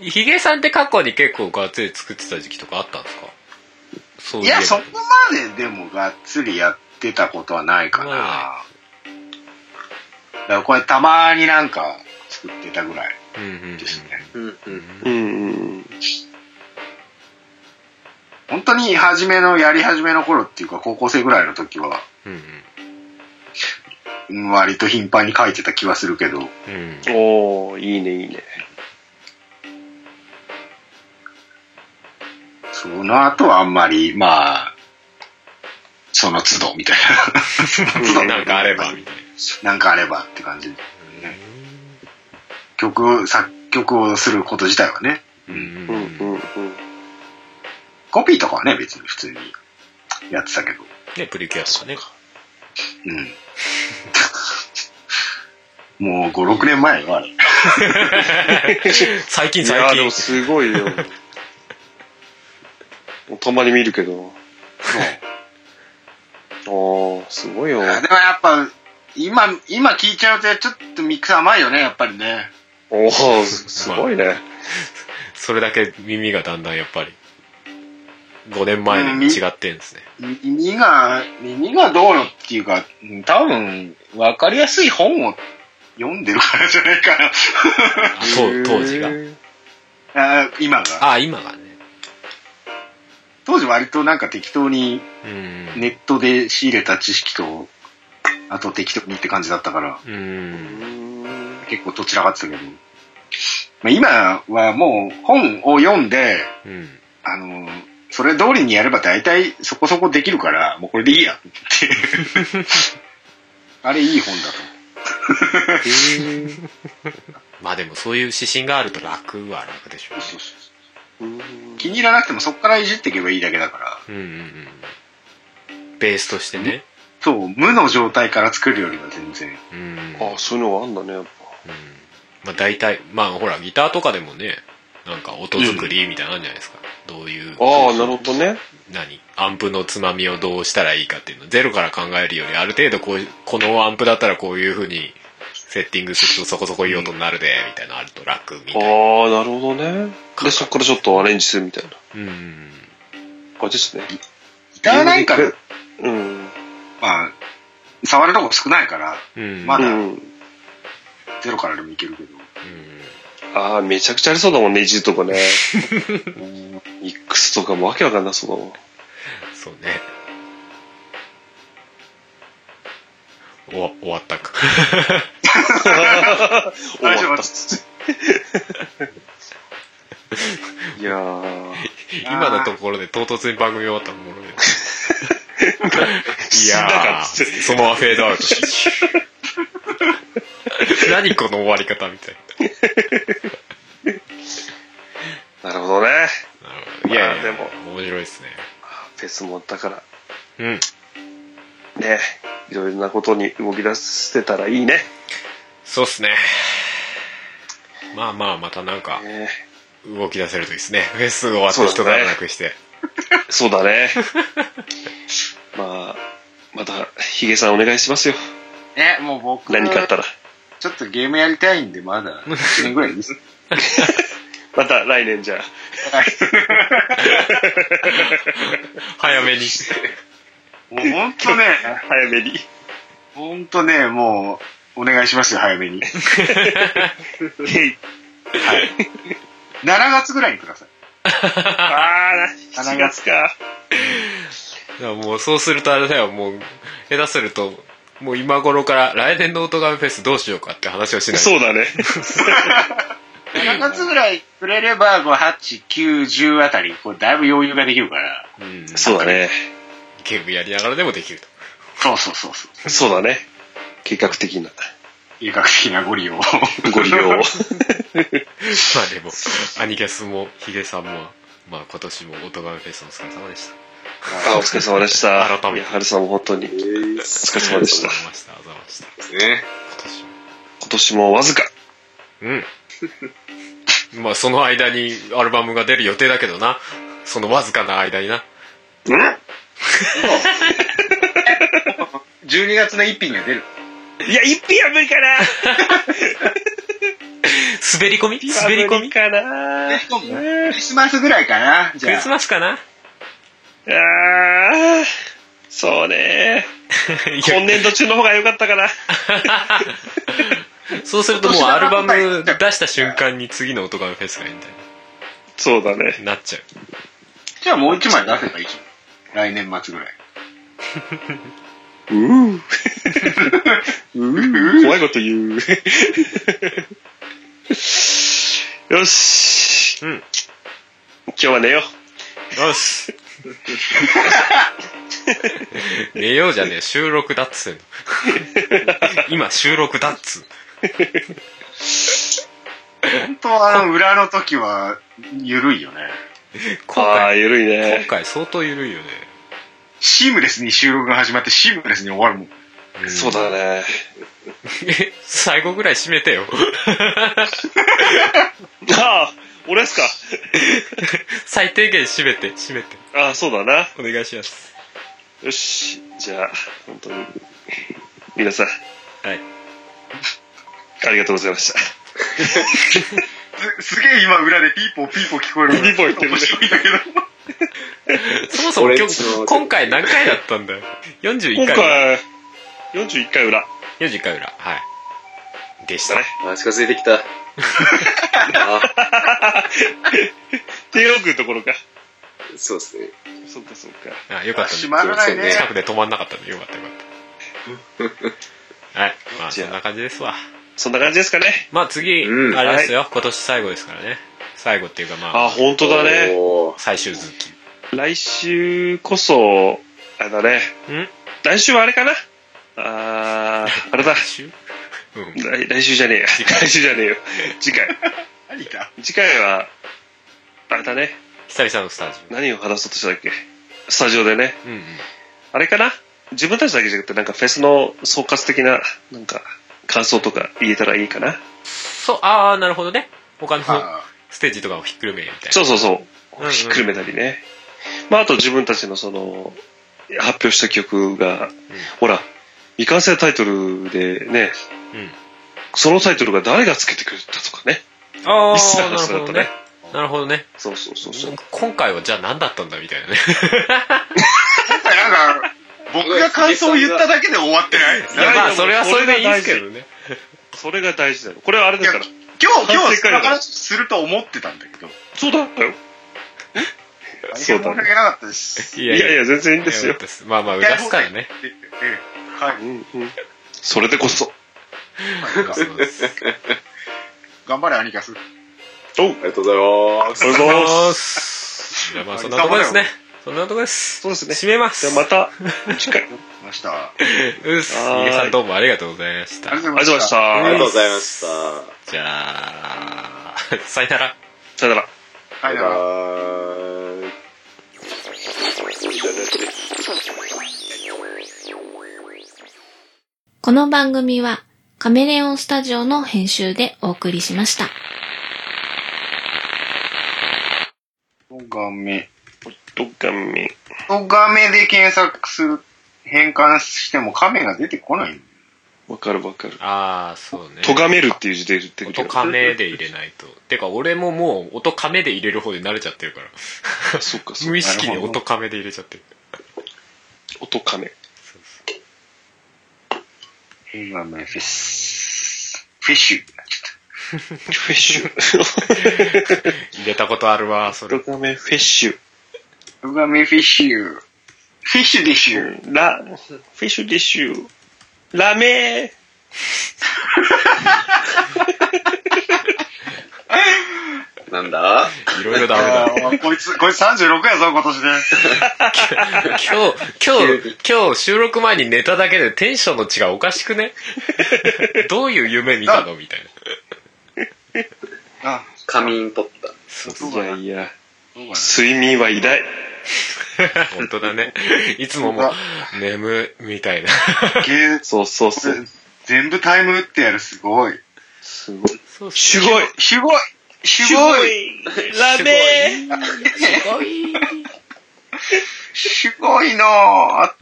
ヒゲさんって過去に結構ガッツリ作ってた時期とかあったんですかそいや、そこうまででもがっつりやってたことはないかな。はだからこれたまになんか作ってたぐらいえばうんうんうんですね。うんううんんうんうん本当に初めの、やり始めの頃っていうか高校生ぐらいの時は、うんうん割と頻繁に書いてた気はするけど、うんうんおおいいねいいねその後はあんまり、まあ、その都度みたいうん なんかあ ればみたいな、なんかあればって感じ。曲、作曲をすること自体はね。なうんううんんううんんうんコピーとかはね、別に普通にやってたけど。ねプリキュアとかねうん。 もう5、6年前 よ、あれ。最近い最やで近もすごいよたまに見るけどああすごいよでもやっぱ、今、今聞いちゃうと、ちょっとミックス甘いよね、やっぱりね。おおすごいねそれだけ耳がだんだんやっぱり5年前に違ってんですね耳が、耳がどうのっていうか、うん多分、わかりやすい本を読んでるからじゃないかあ当当時がな。あー今が。あ今がね当時割となんか適当にうんネットで仕入れた知識と、あと適当にって感じだったから、うん結構どちらかってたけど。まあ、今はもう本を読んで、うんあの、それ通りにやれば大体そこそこできるから、もうこれでいいやって。あれいい本だと。まあでもそういう指針があると楽は楽でしょうね気に入らなくてもそこからいじっていけばいいだけだから、うんうんうんベースとしてねそう、無の状態から作るよりは全然。うんあそういうのがあんだねやっぱうんまあ大体まあほらギターとかでもねなんか音作りみたいなのあるんじゃないですか、どういうああなるほどね何アンプのつまみをどうしたらいいかっていうのゼロから考えるよりある程度こうこのアンプだったらこういうふうにセッティングするとそこそこいい音になるでみたいなのあると楽みあたいなあなるほどねでそこからちょっとアレンジするみたいなうんうん感じですねギターなんか、うんまあ、触るとこ少ないから、うんまうだんゼロからでもいけるけど。ああめちゃくちゃありそうだもんねいじると こねミックスとかもわけわかんなそうだもんうんそうねおわ終わったか終わったっつっていやー 今のところで唐突に番組終わったらおもろいよい 死んだかやっつっーそのままフェードアウトし 何この終わり方みたいてなるほどねななるほどいやいや、まあ面白いですねフェスもだからうんねいろいろことに動き出してたらいいね。そうっすねまあまあまたなんか動き出せるといいですねフェス終わって人だらなくしてそうだ ね。まあ、また、ヒゲさんお願いしますよ。ね、もう僕、何かあったら。ちょっとゲームやりたいんで、まだ1年ぐらいです。また来年じゃあ。はい早めに もう本当ね、早め に。本当ね、もう、お願いしますよ、早めに。はい。7月ぐらいにください。ああ、7月か。いやもうそうするとあれだよもう下手するともう今頃から来年のオートガメフェスどうしようかって話をしないとそうだね。 7月ぐらいくれれば、こう8、9、10あたり、こう、だいぶ余裕ができるから。うん、そうだね。ゲームやりながらでもできるとそうそうそうそう。そうだね。計画的な医学的なご利用を。ご利用を。まあでもアニキャスもヒゲさんもまあ今年もオートガメフェスお疲れ様でしたあ、お疲れ様でした。改めてハルさんも本当に。え今ー、で疲れ様でしたありがとうございましたありがとうございましたすね。今年も年もわずか。うん。ま あその間にアルバムが出る予定だけどな。そのわずかな間にな。うん12月の一品には出る。いや、一品は無理か な。滑り込み滑り込み一品は無理かな。クリスマスぐらいかな、じクリゃスマスかなああ、そうね。いや今年度中の方が良かった かな。そうするともうアルバム出した瞬間に次の音がフェスがいいみたいそうだね。になっちゃう。あ。じゃあもう一枚出せばいいじゃん。来年末ぐらい。うー。うー。怖いこと言う。 よし。うん今日は寝よう。よし寝ようじゃねえ収録だっつうの今収録だっつう本当は、裏の時は、ゆるいよね。今ああ、回ゆるい今ね。回相当緩いよね、シームレスに収録が始まって、シームレスに終わるもん。んそうだね。え最後ぐらい締めてよああ、俺ですか。最低限締めて締めてああ、そうだな。お願いしますよし。じゃあ、本当に。皆さん、はいありがとうございました。すすげえ今裏でピーポーピーポー聞こえる。ピーポー言ってるね面白いんだけど。そもそも俺今ちょっと待っ日て今回何回だったんだよ41今回裏回、41回裏。 41回裏はいでしたねあ、近づいてきた。あ、低ログのところか。そうですね。そっかそっか。あよかった閉ねまらないね。近くで止まんなかったんでよかったよかったはいまあじそゃあんな感じですわそんな感じですかね。まあ次、うんあれですよ、今年最後ですからね最後っていうかまあ、あ本当だね。おー。最終月来週こそ、あれだね。ん来週はあれかなあー、あれだ来。週うん来来週じゃねえや。来週じゃねえよ。次回。何か。次回は、あれだね。久々のスタジオ何を話そうとしただっけスタジオでね。うんうんあれかな自分たちだけじゃなくて、なんかフェスの総括的な、なんか、感想とか言えたらいいかな。そうああなるほどね他のあステージとかをひっくるめみたいなそうそうそうんうう。んひっくるめたりね。まあ、あと自分たちのその、発表した曲が、ほら、未完成タイトルでね、うんそのタイトルが誰がつけてくれたとかね。あリスナあーのなる人だほとどねね。なるほどねそうそうそうそう。今回はじゃあ何だったんだみたいなねあ。なんかなんか、僕が感想を言っただけで終わってないいやまあそれはそれでいいこれでが大す事けどねそれが大事だよ。これはあれだからい。今日、今反省日、会そだの話すると思ってたんだけど。そうだよ。そうだね大変申し訳なかったです。いいやいや、全然いいんですよ。すまあまあ裏すからねええはいうんうん。それでこそ。なんかそうです頑張れ、アニカス。ありがとうございますお。はようございます。じゃあまあそんなとこですねそんなとこですそうですね締めまじゃすあまた、次回。ありました。あうっすはーいヒゲさんどうもありがとうございましたりがとうがとうごござざいいままし。したありがとうた。ございました。じゃあさよならさよなら。は拜い、だから。拜。この番組はカメレオンスタジオの編集でお送りしました。トガメ。ドカメ。トガメで検索する、変換してもカメが出てこない。わかるわかる。ああそうねとがめるっていう字で言ってるけ音ど。かめで入れないとてか俺ももう音かめで入れる方で慣れちゃってるから そっかそっ無か。意識で音かめで入れちゃってる音かめ。トガメフェス。フィッシュ。フェッシュ。入れたことあるわそド れカメフェッシュ。トガメフィッシュ。フィッシュでしゅ。ラ、フェッシュディッシュ。ラメー。なんだいろいろダメだ あーこいつ、こいつ36やぞ、今年で。今日今日今日収録前に寝ただけでテンションの違いおかしく ねどういう夢見たのみたいなあ、仮眠取った。いやいや、そうか睡眠は偉大。 本当だねいつももう眠みた いなな。ゲーそうそうそう。全部タイム打ってやる、すごい。すごい。そうっすごい。すごいすごいい。ラメー。すごいのあ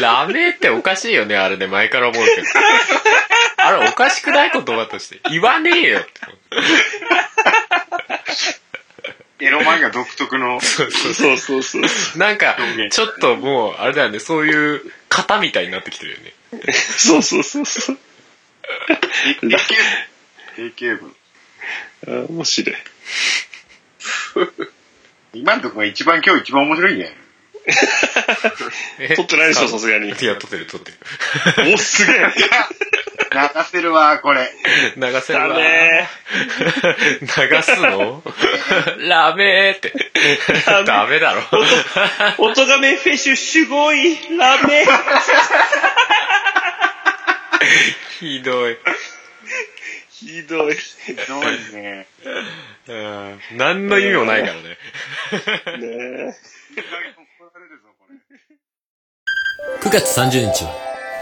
ラメっておかしいよねあれね前から思うけどあれおかしくない言葉として言わねえよって思うエロ漫画独特の。そうそうそうそうそう。なんかちょっともうあれだよねそういう型みたいになってきてるよねそうそうそうそう。定型文。定型文。あ面白い。今のとこが一番今日一番面白いね。え撮ってないでしょ、さすがに。いや撮ってる撮ってるお、すげえ。泣かせるわ、これ。流せるラわメ流すのラメーって。ダメだろ。ー。音がめフェッシュ、すごい。ラメー。ひどい。ひどい。ひどいね。うん何の意味もないからね。ね9月30日は、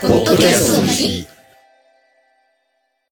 ポッドキャストの日。